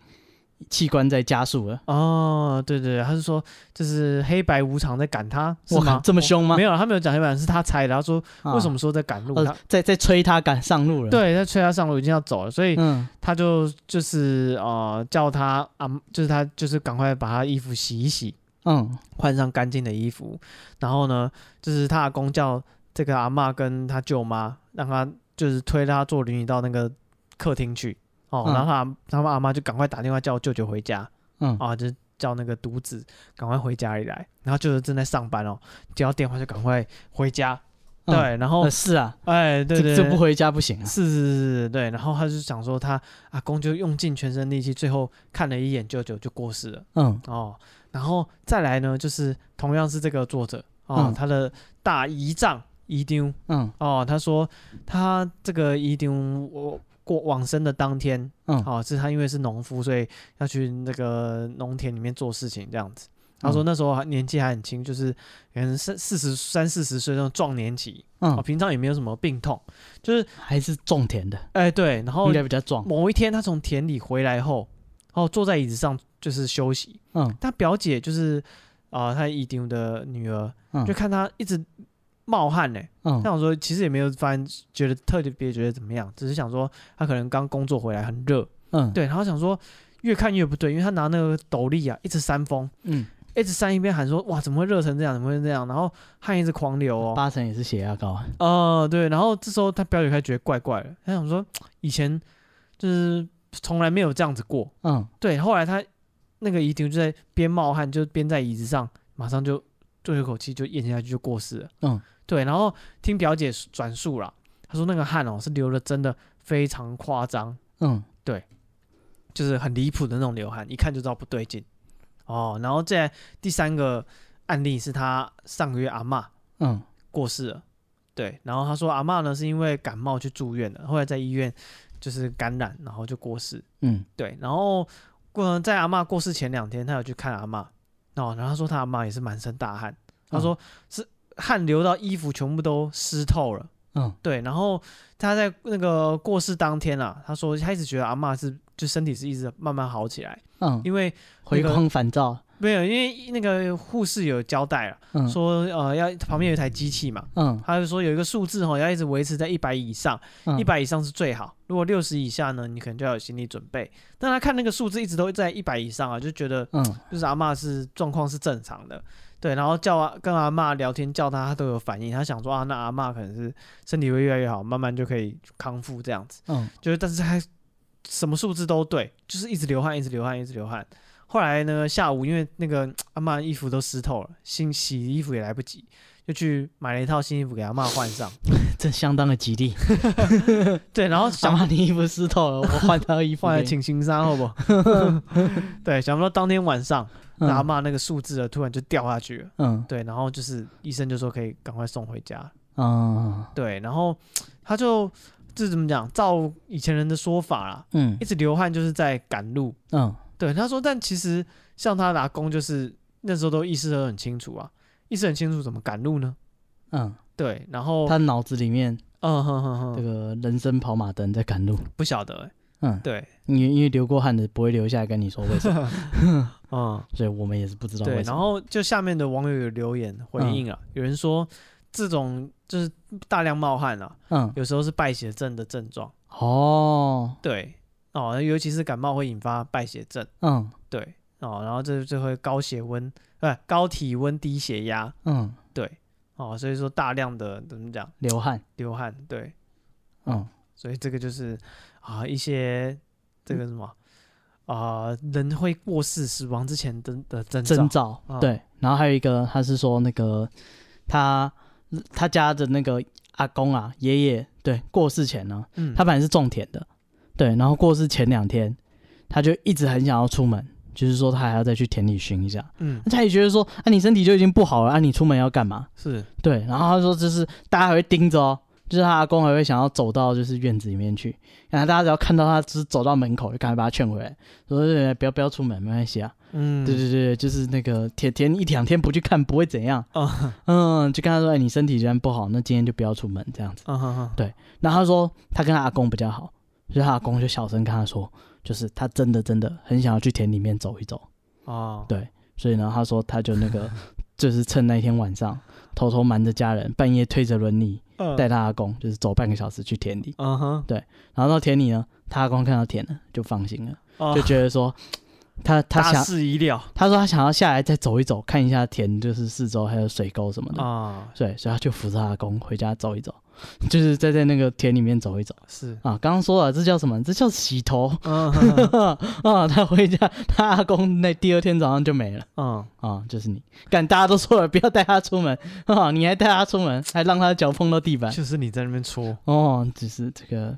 器官在加速了。哦，对对对，他是说就是黑白无常在赶他，是哇吗？这么凶吗没有，他没有讲黑白，是他猜的，他说啊为什么说在赶路？呃他在在催他赶上路了？，对，在催他上路，已经要走了，所以嗯他就就是呃叫他啊，就是他就是赶快把他衣服洗一洗，嗯换上干净的衣服，然后呢，就是他阿公叫这个阿嬷跟他舅妈，让他就是推他坐轮椅到那个客厅去哦，嗯然后他他们阿妈就赶快打电话叫舅舅回家嗯，啊，就是叫那个独子赶快回家里来，然后舅舅正在上班哦，接到电话就赶快回家，嗯对，然后呃是啊，哎对对这这不回家不行啊。是是是是，对，然后他就想说他阿公就用尽全身力气，最后看了一眼舅舅就过世了。嗯哦，然后再来呢，就是同样是这个作者哦，嗯他的大姨丈姨丢嗯哦，他说他这个姨丢我过往生的当天，嗯哦，是他因为是农夫，所以要去那个农田里面做事情这样子。他说嗯那时候还年纪还很轻，就是可能三四十三四十岁那种壮年期，哦，嗯，平常也没有什么病痛，就是还是种田的，哎对，然后应该比较壮。某一天他从田里回来后，哦坐在椅子上就是休息，嗯他表姐就是啊、呃，他姨丢的女儿，嗯就看她一直冒汗呢、嗯那我说其实也没有发现，觉得特别觉得怎么样，只是想说她可能刚工作回来很热，嗯对，然后想说越看越不对，因为她拿那个斗笠啊，一直扇风，嗯，一直扇一边喊说哇怎么会热成这样，怎么会这样，然后汗一直狂流哦，八成也是血压高啊。呃对，然后这时候她表姐开始觉得怪怪的，她想说以前就是从来没有这样子过，嗯对，后来他那个遗体就在边冒汗，就边在椅子上，马上就最后一口气就咽下去就过世了。嗯，对，然后听表姐转述啦，她说那个汗哦是流的真的非常夸张，嗯就是很离谱的那种流汗，一看就知道不对劲。哦，然后再来第三个案例是她上个月阿嬷嗯过世了。对，然后她说阿嬷呢是因为感冒去住院的，后来在医院就是感染，然后就过世。嗯对，然后过在阿嬷过世前两天，他有去看阿嬷，哦，然后他说他阿嬷也是满身大汗，嗯他说是汗流到衣服全部都湿透了。嗯对，然后他在那个过世当天啊，他说他一直觉得阿嬷是就身体是一直慢慢好起来，嗯，因为回光返照，没有因为那个护士有交代了，嗯说呃要旁边有一台机器嘛，嗯他就说有一个数字哦哈要一直维持在一百以上，嗯一百以上是最好，如果六十以下呢，你可能就要有心理准备。但他看那个数字一直都在一百以上啊，就觉得嗯就是阿嬷是状况是正常的，对，然后叫啊跟阿嬷聊天叫她，她都有反应，她想说啊，那阿嬷可能是身体会越来越好，慢慢就可以康复这样子，嗯就是但是她什么数字都对，就是一直流汗，一直流汗，一直流汗。后来呢，下午因为那个阿嬷衣服都湿透了，新洗衣服也来不及，就去买了一套新衣服给阿嬷换上。这相当的吉利。对，然后想想把你衣服湿透了，我换套衣服换来给你。请情杀，好 不好？对，想不到当天晚上，那阿嗯嬷那个数字啊，突然就掉下去了。嗯对，然后就是医生就说可以赶快送回家。嗯对，然后他就这怎么讲？照以前人的说法啦，嗯一直流汗就是在赶路。嗯对，他说，但其实像他打工，就是那时候都意识得很清楚啊，意识很清楚怎么赶路呢？嗯，对，然后他脑子里面嗯哼哼这哼，个人生跑马灯在赶路。不晓得欸、嗯， 对，因为因为流过汗的不会留下来跟你说为什么，嗯，所以我们也是不知道对，为什然么。嗯后就下面的网友有留言回应啊，有人说这种就是大量冒汗啊，嗯，有时候是败血症的症状。哦，对，哦，尤其是感冒会引发败血症，嗯对，哦，然后这就会高血温，呃，高体温、低血压，嗯，对，哦，所以说大量的怎么讲流汗，流汗，对，嗯所以这个就是啊一些这个什么啊、人会过世、死亡之前的的征兆征，兆嗯。对，然后还有一个，他是说那个他他家的那个阿公啊爷爷，对，过世前呢，嗯，他本来是种田的，对，然后过世前两天，他就一直很想要出门，就是说他还要再去田里巡一下。嗯他也觉得说，啊，你身体就已经不好了，啊，你出门要干嘛？是对，然后他说就是大家还会盯着哦，就是他阿公还会想要走到就是院子里面去，然后大家只要看到他只是走到门口，就赶快把他劝回来，说呃不要不要出门，没关系啊。嗯对对对，就是那个田田一两天不去看不会怎样，啊嗯，就跟他说，哎，你身体既然不好，那今天就不要出门这样子。啊哈哈对然后他说他跟他阿公比较好，所以他阿公就小声跟他说，就是他真的真的很想要去田里面走一走，哦对所以呢，他说他就 那个就是趁那天晚上，偷偷瞒着家人，半夜推着轮椅嗯带他阿公就是走半个小时去田里，嗯哼然后到田里呢，他阿公看到田了就放心了，哦就觉得说他他大想事已料他说他想要下来再走一走，看一下田就是四周还有水沟什么的，啊对，所以他就扶着他阿公回家走一走，就是再在那个田里面走一走。是啊，刚刚说了，这叫什么？这叫洗头嗯 哼哼 啊！他回家，他阿公那第二天早上就没了嗯啊，就是你。敢大家都说了，不要带他出门啊，你还带他出门，还让他的脚碰到地板就是你在那边搓哦。只是这个，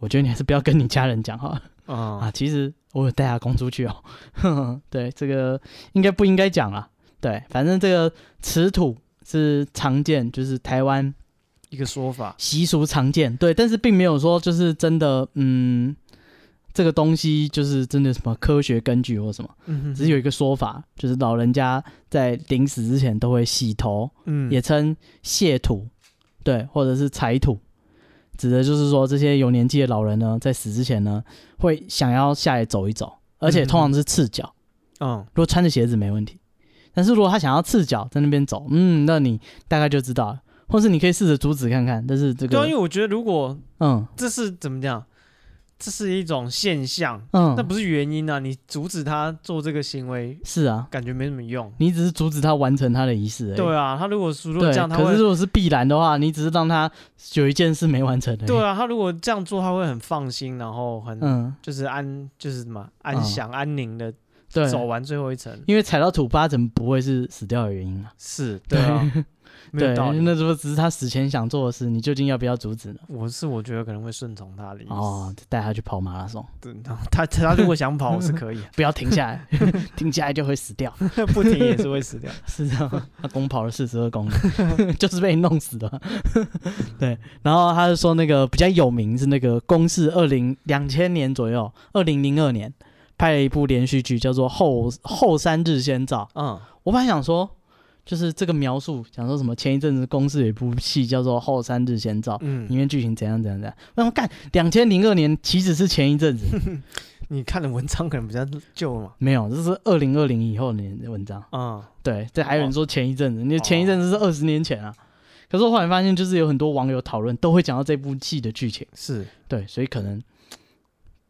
我觉得你还是不要跟你家人讲好了啊啊。其实我有带阿公出去哦， 呵呵对，这个应该不应该讲啦。对，反正这个吃土是常见，就是台湾一个说法习俗常见，对，但是并没有说就是真的，嗯，这个东西就是真的什么科学根据或什么，嗯哼只是有一个说法，就是老人家在临死之前都会洗头，嗯也称卸土，对，或者是踩土，指的就是说这些有年纪的老人呢，在死之前呢，会想要下来走一走，而且通常是赤脚，嗯如果穿着鞋子没问题，但是如果他想要赤脚在那边走，嗯，那你大概就知道了。或是你可以试着阻止看看，但是这对啊，个因为我觉得如果嗯，这是怎么讲，这是一种现象，嗯，那不是原因啊！你阻止他做这个行为，是啊，感觉没什么用。你只是阻止他完成他的仪式而已。对啊，他如果如果对这样，他可是会如果是必然的话，你只是让他有一件事没完成而已。对啊，他如果这样做，他会很放心，然后很嗯，就是安就是什么安嗯详安宁的对，走啊完最后一 层。因为踩到土巴怎不会是死掉的原因啊？是，对 啊，没对有道，理。那如果只是他死前想做的事，你究竟要不要阻止呢？我是我觉得可能会顺从他的意思。哦，带他去跑马拉松，对，然后 他他如果想跑，我是可 以，啊不要停下来，停下来就会死掉。不停也是会死掉。 是啊，他公跑了四十二公里， 就是被弄死的。 对，然后他就说那个比较有名是那个公视二零两千年左右，二零零二年拍了一部连续剧，叫做《后后山日先照》。 嗯我本来想说，就是这个描述，讲说什么前一阵子公视有一部戏叫做《后三日先照》，里嗯，面剧情怎样怎样怎样。我想干，两千零二年岂止是前一阵子，你看的文章可能比较旧嘛，没有，这是二零二零以后的文章。嗯，对，这还有人说前一阵子，你哦前一阵子是二十年前啊。可是我后来发现，就是有很多网友讨论都会讲到这部戏的剧情，是，对，所以可能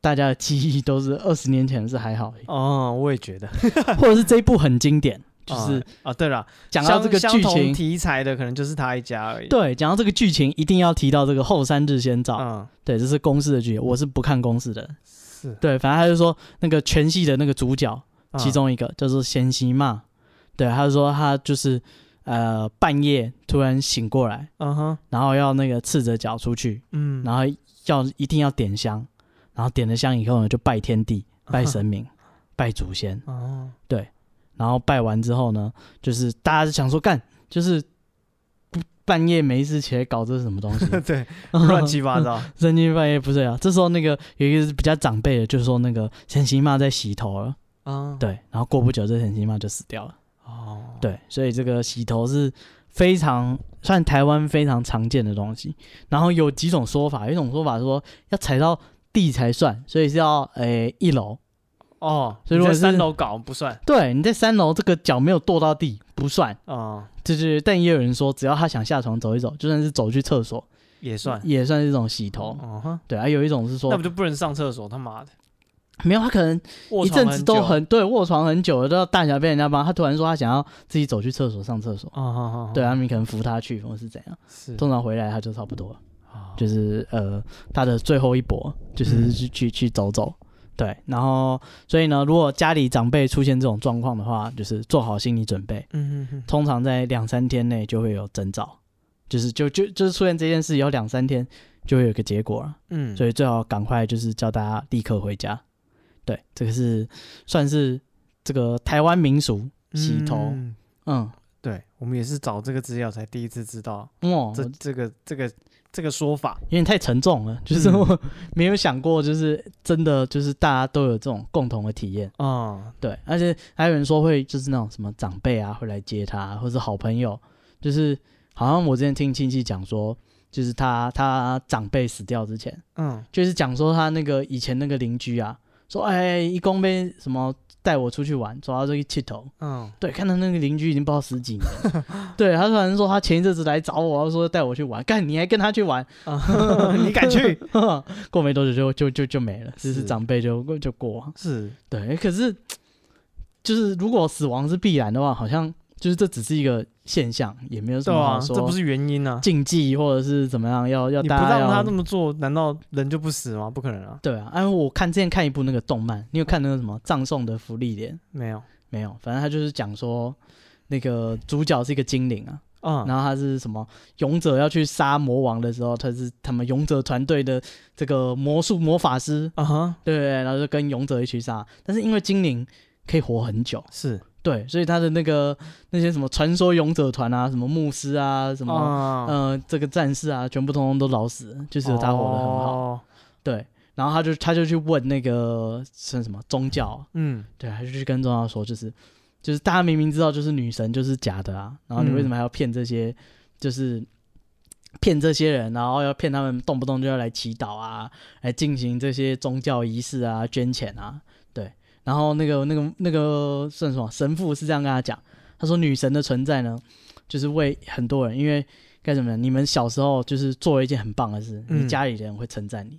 大家的记忆都是二十年前的是 还好而已，哦，我也觉得，或者是这一部很经典， 就是嗯啊，对了，讲到相这个相剧同情，题材的可能就是他一家而已，，对，哦讲到这个剧情一定要提到这个后三日先照，嗯，对，这是公式的剧情，我是不看公式的，是，对，反正他就说那个全系的那个主角嗯其中一个叫做贤熙嘛，对，他就说他就是呃半夜突然醒过来，嗯哼，然后要那个赤着脚出去，嗯，然后要一定要点香，然后点了香以后呢，就拜 天地、拜神明、拜祖先， 哦，然后拜完之后呢，就是大家就想说干，就是不半夜没事起来搞这是什么东西， 对， 乱七八，糟，深更半夜不睡啊。这时候那个有一个比较长辈的就说那个神行妈在洗头了，啊，，嗯对，然后过不久这神行妈就死掉了，哦，对，所以这个洗头是非常算台湾非常常见的东西。然后有几种说法，有一种说法说要踩到地才算，所以是要诶、一楼。哦，所以如果你在三是楼搞不算，对，你在三楼这个脚没有跺到地不算，哦，就是但也有人说，只要他想下床走一走，就算是走去厕所，也算，也算是一种洗头。哦哼，对，还、啊有一种是那说不就不能上厕所？他妈的，没有，他可能卧一床阵子都久，啊很对卧床很久了，都要大小被人家帮，他突然说他想要自己走去厕所上厕所，哦哦，哦对，，阿明可能扶他去或是怎样，是，通常回来他就差不多了。哦就是呃他的最后一搏，就是嗯去、去去走走。对，然后所以呢，如果家里长辈出现这种状况的话，就是做好心理准备，嗯嗯嗯，通常在两三天内就会有征兆，就是就就就是出现这件事以后两三天就会有个结果了，嗯，所以最好赶快就是叫大家立刻回家。对，这个是算是这个台湾民俗，洗头嗯嗯，对，我们也是找这个资料才第一次知道哦，这这个这个这个说法。有点太沉重了，就是嗯我没有想过，就是真的就是大家都有这种共同的体验。哦，对，而且还有人说会就是那种什么长辈啊会来接他，或是好朋友，就是好像我之前听亲戚讲说，就是他他长辈死掉之前，嗯，就是讲说他那个以前那个邻居啊，说哎一公杯什么带我出去玩，走到这个气头，嗯，对，看到那个邻居已经不知道十几年了，对他突然说他前一阵子来找我，他说带我去玩，干你还跟他去玩，啊 你敢去？过没多久就就就就没了，就是是长辈就就过啊往。是，对，可是就是如果死亡是必然的话，好像就是这只是一个现象，也没有什对么啊，好这不说是原因啊。禁忌或者是怎么样，要要你不大家让他要这么做，难道人就不死吗？不可能啊，对啊。哎，我看之前看一部那个动漫，你有看那个什么《葬送的福利莲》没有。没有？反正他就是讲说。那个主角是一个精灵啊，嗯，然后他是什么勇者要去杀魔王的时候，他是他们勇者团队的这个魔术魔法师，啊哈，对对，对然后就跟勇者一起杀。但是因为精灵可以活很久，是对，所以他的那个那些什么传说勇者团啊，什么牧师啊，什么、啊，呃这个战士啊，全部通通都老死了，就就是他活得很好。好。对，然后他就他就去问那个是什么宗教啊，嗯，对，他就去跟宗教说，就是就是大家明明知道就是女神就是假的啊，然后你嗯为什么还要骗这些，就是骗这些人，然后要骗他们动不动就要来祈祷啊，来进行这些宗教仪式啊，捐钱啊，对。然后那个那个那个算什么神父是这样跟他讲，他说女神的存在呢，就是为很多人，因为该怎么讲，你们小时候就是做了一件很棒的事，嗯你家里人会称赞你。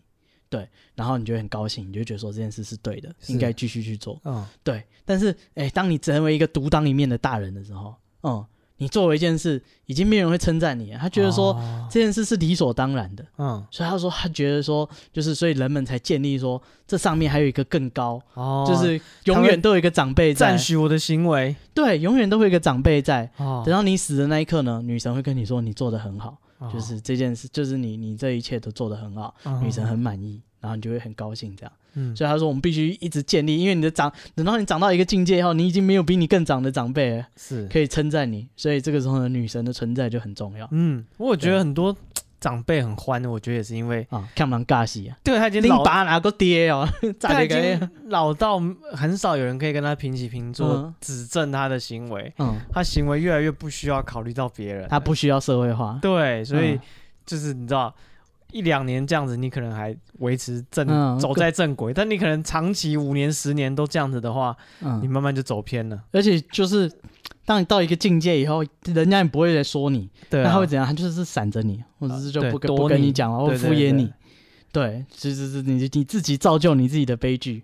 对，然后你就会很高兴，你就会觉得说这件事是对的，是应该继续去做。嗯，对，但是哎、当你成为一个独当一面的大人的时候，嗯，你做了一件事，已经没有人会称赞你了，他觉得说、哦，这件事是理所当然的，嗯，所以他说他觉得说，就是所以人们才建立说这上面还有一个更高，哦，就是永远都有一个长辈在赞，许我的行为。对，永远都会有一个长辈在。哦等，到你死的那一刻呢，女神会跟你说你做的很好，哦就是这件事，就是你你这一切都做得很好，女神很，满意，然后你就会很高兴这样。嗯，所以他说我们必须一直建立，因为你的长，等到你长到一个境界以后，你已经没有比你更长的长辈了，是，可以称赞你，所以这个时候呢，女神的存在就很重要。嗯，我有觉得很多长辈很欢，我觉得也是因为啊，看不能尬戏啊，对他已经你老，爸哪个爹哦， 咋他的已个？经老到很少有人可以跟他平起平坐嗯，指正他的行为， 嗯，他行为越来越不需要考虑到别人了，他不需要社会化， 对，所以嗯就是你知道。一两年这样子，你可能还维持正、嗯走在正轨，但你可能长期五年、十年都这样子的话，你嗯，慢慢就走偏了。而且就是当你到一个境界以后，人家也不会来说你，对、那啊，他会怎样？他就是闪着你，或者是就对不跟躲不跟你你讲话，或对敷对衍对你。对，是是是，你你自己造就你自己的悲剧。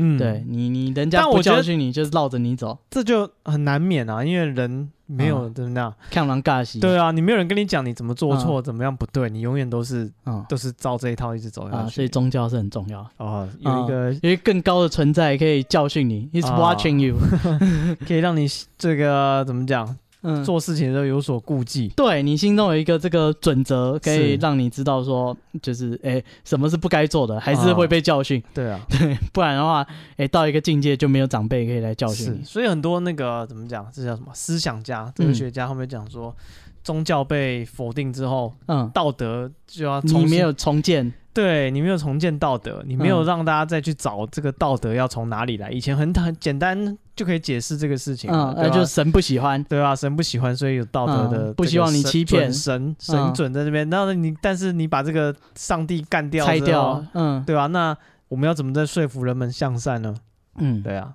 嗯，对，你，你人家但不我觉教得训你，就是绕着你走，这就很难免啊，因为人没嗯有怎么样，看狼尬戏。对啊，你没有人跟你讲你怎么做错，怎么样不对，你永远都是嗯，都是照这一套一直走下去。啊，所以啊宗教是很重要，哦，有一 个因为更高的存在可以教训你，He's 啊 watching you。可以让你这个怎么讲，嗯，做事情的时候有所顾忌。对你心中有一个这个准则，可以是让你知道说，就是哎，什么是不该做的，还是啊会被教训。对啊，不然的话，哎，到一个境界就没有长辈可以来教训是，你。所以很多那个怎么讲，这叫什么思想家、哲学家后面讲说，宗教被否定之后，嗯，道德就要重你新没有重建。对你没有重建道德，你没有嗯让大家再去找这个道德要从哪里来。以前很很简单就可以解释这个事情嗯了，，呃，对吧就神不喜欢，对啊，神不喜欢，所以有道德的、嗯不希望你欺骗神嗯神准在这边。那、你但是你把这个上帝干掉之拆后掉，，嗯对啊，那我们要怎么再说服人们向善呢？嗯，对啊，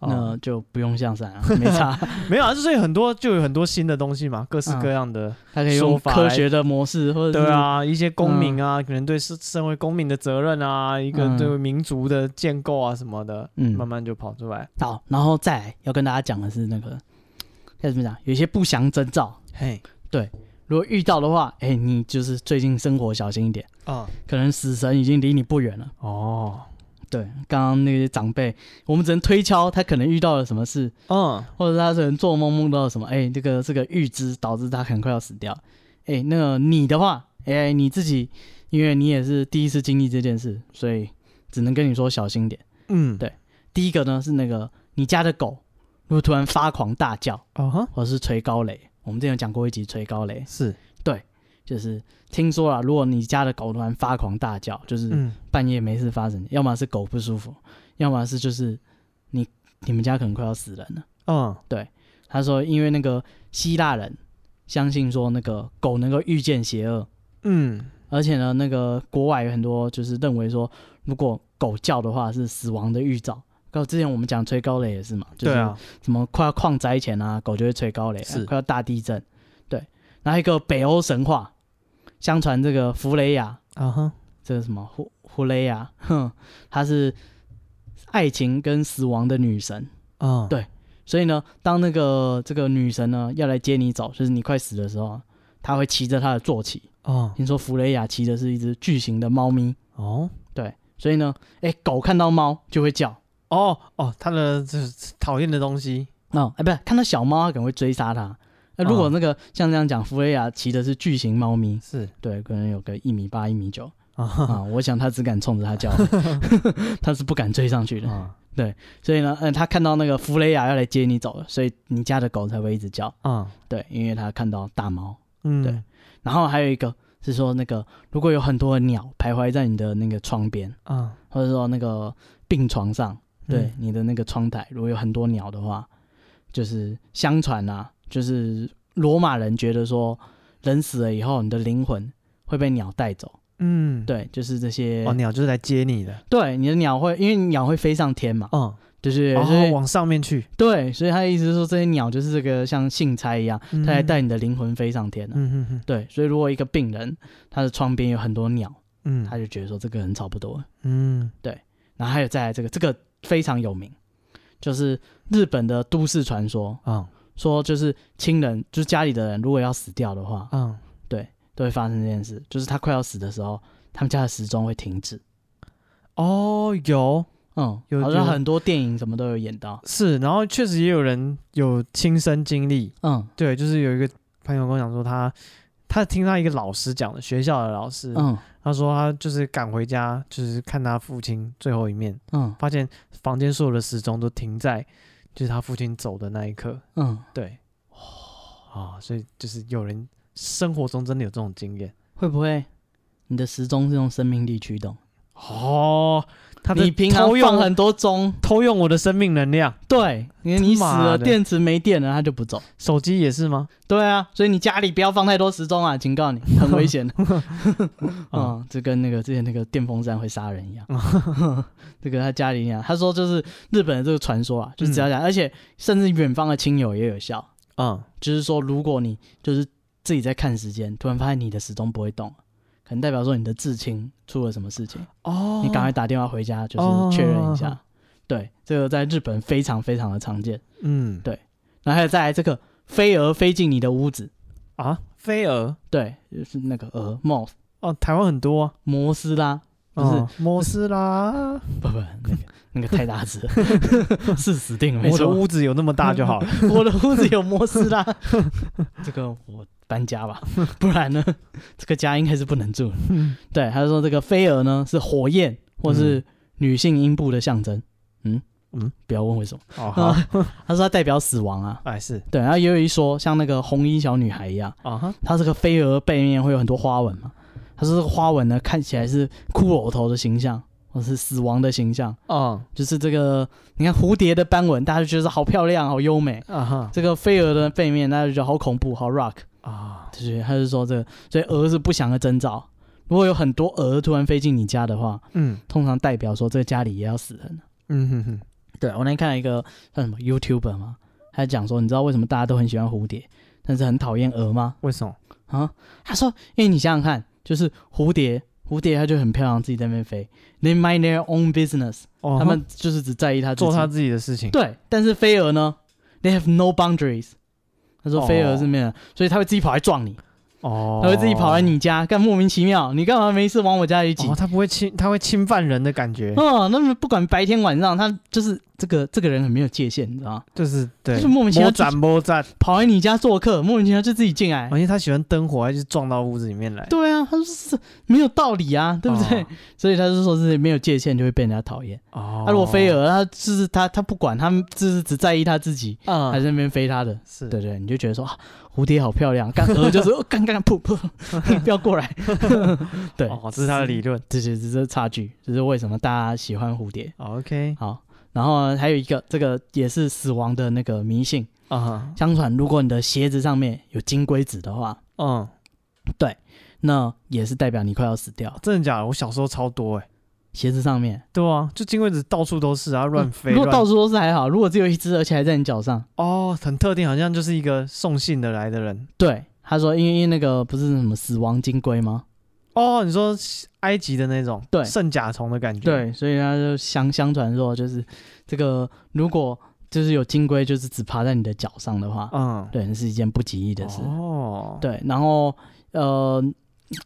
那哦、就不用向善啊，没 差，没有啊，所以很多就有很多新的东西嘛，各式各样的。他可以用说法科来学的模式或者对是，啊，一些公民啊，可能对身身为公民的责任啊，一个嗯对民族的建构啊什么的，嗯慢慢就跑出来。好，然后再来要跟大家讲的是那个该怎么讲，有一些不祥征兆，嘿，如果遇到的话，哎，你就是最近生活小心一点，啊，可能死神已经离你不远了。哦，对，刚刚那些长辈，我们只能推敲他可能遇到了什么事，嗯，或者他可能做梦梦到了什么，哎，这个这个预知导致他很快要死掉。哎，那个你的话，哎，你自己，因为你也是第一次经历这件事，所以只能跟你说小心点。嗯，对第一个呢是那个你家的狗，如果突然发狂大叫，哦哈，或者是捶高雷，我们之前有讲过一集捶高雷，是，就是听说啊，如果你家的狗突然发狂大叫，就是嗯，半夜没事发生，要么是狗不舒服，要么是就是你你们家可能快要死人了。嗯，他说，因为那个希腊人相信说那个狗能够预见邪恶，嗯，而且呢，那个国外有很多就是认为说，如果狗叫的话是死亡的预兆。刚之前我们讲吹高雷也是嘛，就对是啊，什么快要矿灾前啊，狗就会吹高雷、啊是，快要大地震。对，然后一个北欧神话，相传这个弗雷亚，啊哈，这个什么胡胡雷亚，哼，她是爱情跟死亡的女神。嗯，对所以呢，当那个这个女神呢要来接你走，就是你快死的时候啊，她会骑着她的坐骑。哦，听说弗雷亚骑的是一只巨型的猫咪，哦，对，所以呢，哎，狗看到猫就会叫。哦，哦，他的这讨厌的东西，哦，哎，不是，看到小猫，它可能会追杀它。那、如果嗯那个、像这样讲，弗雷亚骑的是巨型猫咪，是，对，可能有个一米八、一米九啊啊、哈，我想它只敢冲着它叫，它是不敢追上去的。啊，所以呢，嗯，它看到那个弗雷啊亚要来接你走了，所以你家的狗才会一直叫，啊，对，因为它看到大猫。嗯，对，然后还有一个是说，那个如果有很多的鸟徘徊在你的那个窗边，啊，或者说那个病床上，对、嗯你的那个窗台，如果有很多鸟的话，就是相传啊，就是罗马人觉得说，人死了以后，你的灵魂会被鸟带走。嗯，，对，就是这些，哦，鸟就是来接你的，对，你的鸟会，因为鸟会飞上天嘛，嗯，就是、所哦，以往上面去，对，所以他的意思是说，这些鸟就是这个像信差一样，嗯他来带你的灵魂飞上天了、嗯嗯对，所以如果一个病人他的窗边有很多鸟，嗯他嗯，就觉得说这个人差不多了。嗯，然后还有再来这个，这个非常有名，就是日本的都市传说，啊，说就是亲人，就是家里的人如果要死掉的话，啊，都会发生这件事，就是他快要死的时候，他们家的时钟会停止。哦，有，嗯，有好有像很多电影什么都有演到。是，然后确实也有人有亲身经历，嗯对，就是有一个朋友跟我讲说他，他听他一个老师讲的，学校的老师，嗯他说他就是赶回家，就是看他父亲最后一面，嗯发现房间所有的时钟都停在就是他父亲走的那一刻，嗯，对，哦，所以就是有人生活中真的有这种经验，会不会你的时钟是用生命力驱动？哦，他在你平常偷放用很多 钟，偷用我的生命能量，对，你你死他妈了，的电池没电了，它就不走。手机也是吗？对啊，所以你家里不要放太多时钟啊，警告你，很危险 的。嗯，这跟那个之前那个电风扇会杀人一样。 这个他家里一样，他说就是日本的这个传说啊，就是只要讲，而且甚至远方的亲友也有效，嗯，就是说如果你就是自己在看时间，突然发现你的时钟不会动，可能代表说你的至亲出了什么事情，哦，你赶快打电话回家就是确认一下。对，这个在日本非常非常的常见。嗯然后还有再来这个飞蛾飞进你的屋子。啊，飞蛾对，就是那个鹅 moth 哦，台湾很多啊，摩斯拉，不是、嗯摩斯拉，不不，那个那个太大只了， 是死定了，没我的错，屋子有那么大就好 了。我的屋子有摩斯拉， 这个我搬家吧， 不然呢，这个家应该是不能住了。对，他说这个飞蛾呢是火焰或是女性阴部的象征，嗯嗯嗯，不要问为什么，哦，好，嗯他说它代表死亡啊。哎是对，然后也有一说，像那个红衣小女孩一样，啊哈，它这个飞蛾背面会有很多花纹嘛，它说这个花纹呢看起来是骷髅头的形象，或是死亡的形象，嗯就是这个你看蝴蝶的斑纹，大家就觉得好漂亮、好优美；啊哈这个飞蛾的背面，大家就觉得好恐怖、好 rock，啊，就是他就说这个，所以蛾是不祥的征兆。如果有很多蛾突然飞进你家的话，嗯通常代表说这个家里也要死人了。嗯哼哼，对我那天看了一个叫什么 YouTuber 嘛，他讲说，你知道为什么大家都很喜欢蝴蝶，但是很讨厌蛾吗？为什么？啊，他说，因为你想想看，就是蝴蝶，蝴蝶它就很漂亮，自己在那边飞，they mind their own business，、哦，他们就是只在意它自己做他自己的事情。对，但是飞蛾呢，they have no boundaries。他说飞蛾是没有，所以它会自己跑来撞你，哦，它会自己跑来你家，干莫名其妙，你干嘛没事往我家里挤哦，？他不会侵，他会侵犯人的感觉，哦，那么不管白天晚上，他就是这个这个人很没有界限，你知道吗？就是对，就是莫名其妙摸斩摸斩，跑来你家做客，莫名其妙就自己进来哦，因。为他喜欢灯火，他就撞到屋子里面来，哎对啊，他说是没有道理啊，对不对？哦？所以他就说是没有界限就会被人家讨厌。哦，他如果飞蛾，他就是他他不管，他就是只在意他自己，嗯，还在那边飞他的。是对对，你就觉得说啊，蝴蝶好漂亮，干鹅就是哦干干干噗噗，你不要 过来。对，哦，这是他的理论。这就是这是差距，这是为什么大家喜欢蝴蝶。哦 OK 好，然后呢还有一个，这个也是死亡的那个迷信。啊，相传，如果你的鞋子上面有金龟子的话，嗯，那也是代表你快要死掉了。真的假的？我小时候超多哎，鞋子上面对啊，就金龟子到处都是啊，乱飞。嗯如果乱到处都是还好，如果只有一只，而且还在你脚上，哦，很特定，好像就是一个送信的来的人。对，他说因为因为那个不是什么死亡金龟吗？哦，你说埃及的那种对圣甲虫的感觉，，对，所以他就相相传说，就是这个如果就是有金龟，就是只爬在你的脚上的话，嗯，对，那是一件不吉利的事。哦，，对，然后呃，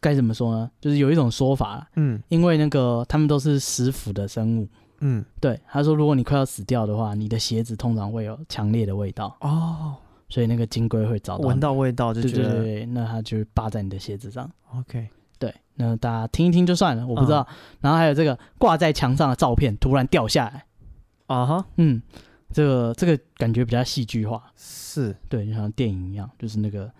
该怎么说呢？就是有一种说法，嗯因为那个他们都是食腐的生物。嗯，对，他说，如果你快要死掉的话，你的鞋子通常会有强烈的味道，哦，所以那个金龟会找到你。闻到味道就对觉对对得对，那它就会扒在你的鞋子上。 OK，嗯对，那大家听一听就算了，我不知道。然后还有这个挂在墙上的照片突然掉下来，啊哈，嗯，这个这个感觉比较戏剧化，是，对，就像电影一样，就是那个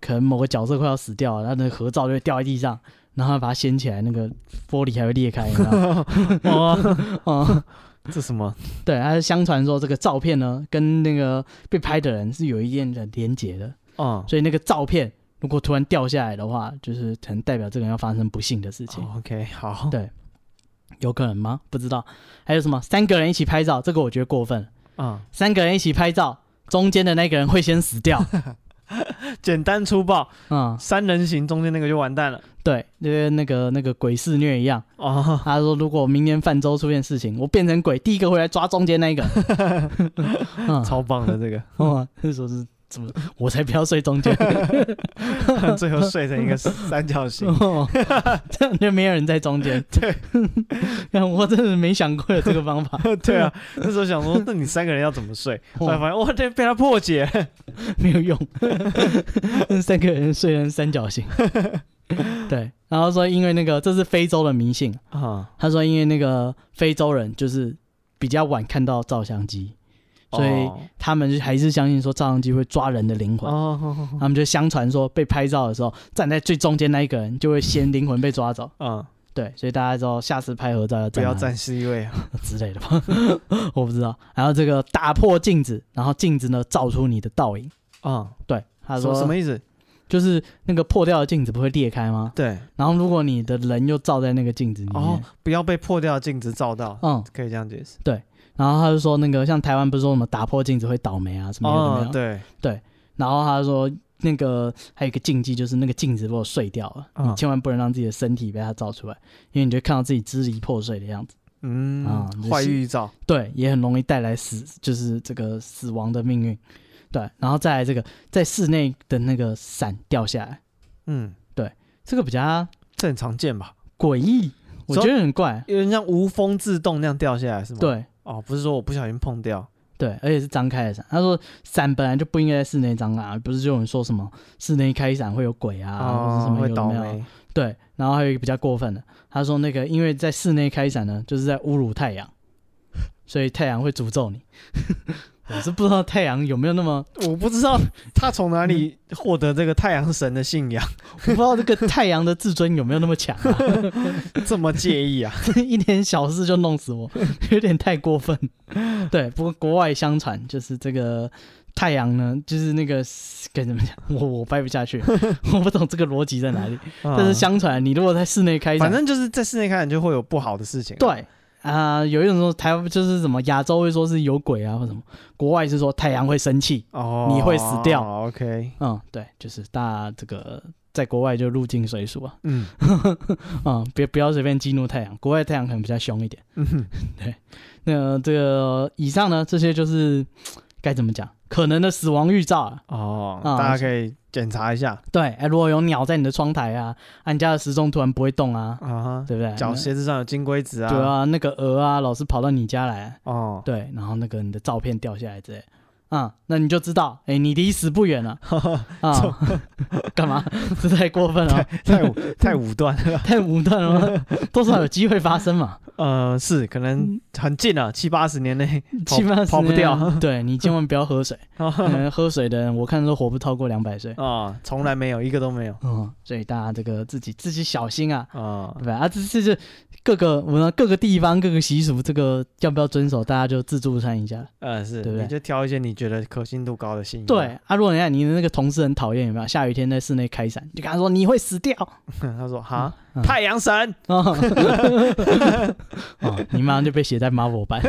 可能某个角色快要死掉了，他的合照就会掉在地上，然后他把它掀起来，那个玻璃还会裂开，你知道 吗哦，嗯， 这什么？对，他相传说这个照片呢，跟那个被拍的人是有一定的连结的，嗯所以那个照片如果突然掉下来的话，就是可能代表这个人要发生不幸的事情。哦，OK，好，对有可能吗？不知道。还有什么？三个人一起拍照，这个我觉得过分了。嗯，三个人一起拍照，中间的那个人会先死 掉。啊简单粗暴，嗯，三人行中间那个就完蛋了。对，就跟那个那个鬼肆虐一样。 哦，他说，如果明年泛舟出现事情，我变成鬼，第一个会来抓中间那 一个。嗯，超棒的这个，哦，那时候是怎么？我才不要睡中 间，最后睡成一个 三角 形。哦这样就没有人在中间。 对，我真的没想过有这个方 法。对啊，那时候想说，那你三个人要怎么睡？后来 哦发现，哇，这被他破解。 没有 用，三个人睡成三角形。对，然后说因为那个这是非洲的迷信，啊，他说因为那个非洲人就是比较晚看到照相机，所以哦他们就还是相信说照相机会抓人的灵魂。哦哦哦他们就相传说，被拍照的时候，站在最中间那一个人就会先灵魂被抓走。哦，嗯，对，所以大家知道下次拍合照要不站要哪里占 C 位啊，之类的 吧，我不知道。然后这个打破镜子，然后镜子呢照出你的倒影。嗯，对，他什么说什么意思？就是那个破掉的镜子不会裂开吗？对，然后如果你的人又照在那个镜子里面，哦，不要被破掉的镜子照到，嗯，可以这样解释。然后他就说那个像台湾不是说什么打破镜子会倒霉啊什么有的没哦有，对，然后他说那个还有一个禁忌就是那个镜子如果碎掉了，嗯你千万不能让自己的身体被它照出来，因为你就会看到自己支离破碎的样子。嗯啊就是，坏预兆，对，也很容易带来死，就是这个死亡的命运。对，然后再来这个在室内的那个伞掉下来，嗯，这个比较这很常见吧？诡异，我说觉得很怪。有点像无风自动那样掉下来是吗？，对哦，不是说我不小心碰掉，对，而且是张开的伞。他说伞本来就不应该在室内张啊，不是就有人说什么室内开伞会有鬼啊，或者什哦，么会有倒的没有霉，对，然后还有一个比较过分的，他说那个因为在室内开伞呢，就是在侮辱太阳，所以太阳会诅咒你。 我是不知道太阳有没有那么，我不知道他从哪里获得这个太阳神的信仰，我不知道这个太阳的自尊有没有那么强、啊，这么介意 啊？一点小事就弄 死我，有点太过分。对，不过国外相传就是这个太阳呢，就是那个该怎么讲，我我掰不 下去，我不懂这个逻辑在哪里。但但是相传啊你如果在室内开嗯伞啊反，正就是在室内看就会有不好的事情。，对啊、有一种说台湾就是什么亚洲会说是有鬼啊或什么，国外是说太阳会生气。哦，你会死掉哦 OK，嗯，对，就是大家这个在国外就入境随俗啊，嗯嗯，别不要随便激怒太阳，国外太阳可能比较凶一点。嗯 哼，那这个以上呢，这些就是该怎么讲，可能的死亡预兆啊。哦，啊大家可以检查一下对，哎、如果有鸟在你的窗台啊，啊你家的时钟突然不会动啊，啊哈，对不对？脚那鞋子上有金龟子啊，对，啊，那个鹅啊，老是跑到你家来，啊哦， 对，然后那个你的照片掉下来之类，啊、那你就知道，哎，你离死不远了 啊！干嘛？这太过分了，太 武太武断了，太武断了吗？多少有机会发生嘛，呃，是可嗯能很近了，七八十年内， 哦跑起码跑不掉对你千万不要喝水，嗯喝水的人我看都活不超过两百岁。啊，从来没有一个都没有嗯，所以大家这个自己自己小心啊，啊对，吧？啊，这这这各个我们各个地方各个习俗，这个要不要遵守，大家就自助餐一下。 呃，是，对不对你就挑一些你觉得可信度高的信仰，对，啊，如果你看你的那个同事很讨厌，有没有？下雨天在室内开伞，你就跟他说你会死掉。 他 说哈嗯，太阳神， 哦， 哦你马上就被写在 Marvel 版。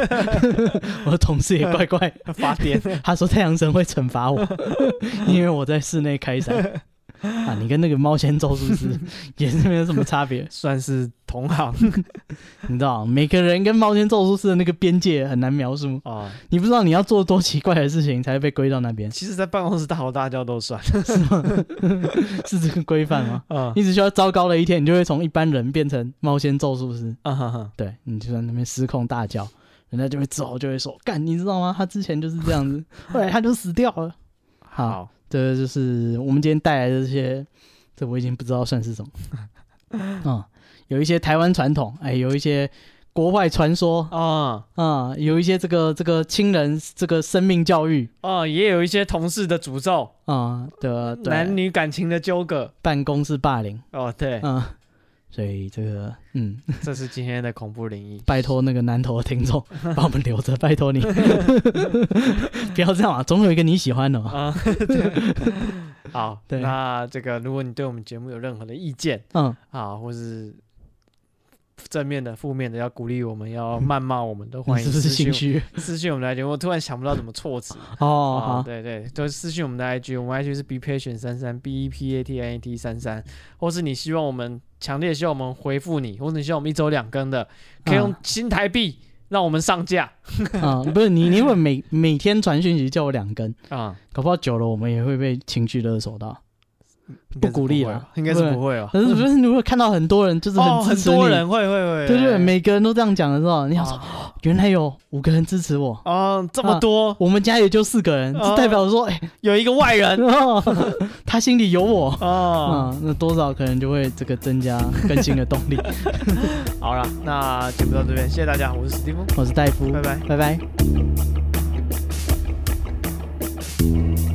我的同事也怪怪，发癫， 他说太阳神会惩罚我， 因为我在室内开伞。啊，你跟那个猫仙咒术师也是没有什么差别， 算是同行你知道，每个人跟猫仙咒术师的那个边界很难描述，啊。你不知道你要做多奇怪的事情才会被归到那边，其实，在办公室大吼大叫都 算是吗？是这个规范吗？啊你只需要糟糕的一天，你就会从一般人变成猫仙咒术师。 啊哈哈，对你就在那边失控大叫，人家就会走，就会说干，你知道吗？他之前就是这样子， 后来他就死掉了。好，这就是我们今天带来的这些，这我已经不知道算 是什么。嗯，有一些台湾传统，哎，有一些国外传说，啊啊、有一些这个这个亲人这个生命教育，啊，也有一些同事的诅咒，啊、的男对女感情的纠葛。办公室霸凌，哦，对，嗯、所以这个嗯，这是今天的恐怖灵异。 拜托那个南投的听 众把我们留着，拜托你， 不要这样啊，总有一个你喜欢的嘛。啊， 对 好，对那这个如果你对我们节目有任何的意见嗯，啊，或是正面的、负面的，要鼓励我们，要谩骂我们，都你欢迎嗯是不私是心信虚？私信我们来节目。我突然想不到怎么措 辞哦，啊，好，对对，都是私信我们的 IG，我们 IG 是 b patient 三三 b e p a t i e t 三三，或是你希望我们强烈希望我们回复你，或者你希望我们一周两更的，可以用嗯新台币让我们上架嗯，不是你，你会每每天传讯息叫我两根，啊，搞不好久了我们也会被情绪勒 索到。应该是不鼓励会啦吧应该是对不会吧？可是不是，如果看到很多人就是哦，支很持你，多人会会会，对对，每个人都这样讲的时候，你想说啊啊原来有五个人支持我，哦，这么多，我们家也就四个人，哦这代表说，哎、有一个外人 他心里有我。哦。嗯，那多少可能就会这个增加更新的动 力。好了，那节目到这边，谢谢大家，我是史蒂夫，我是戴夫，拜拜。拜拜。拜。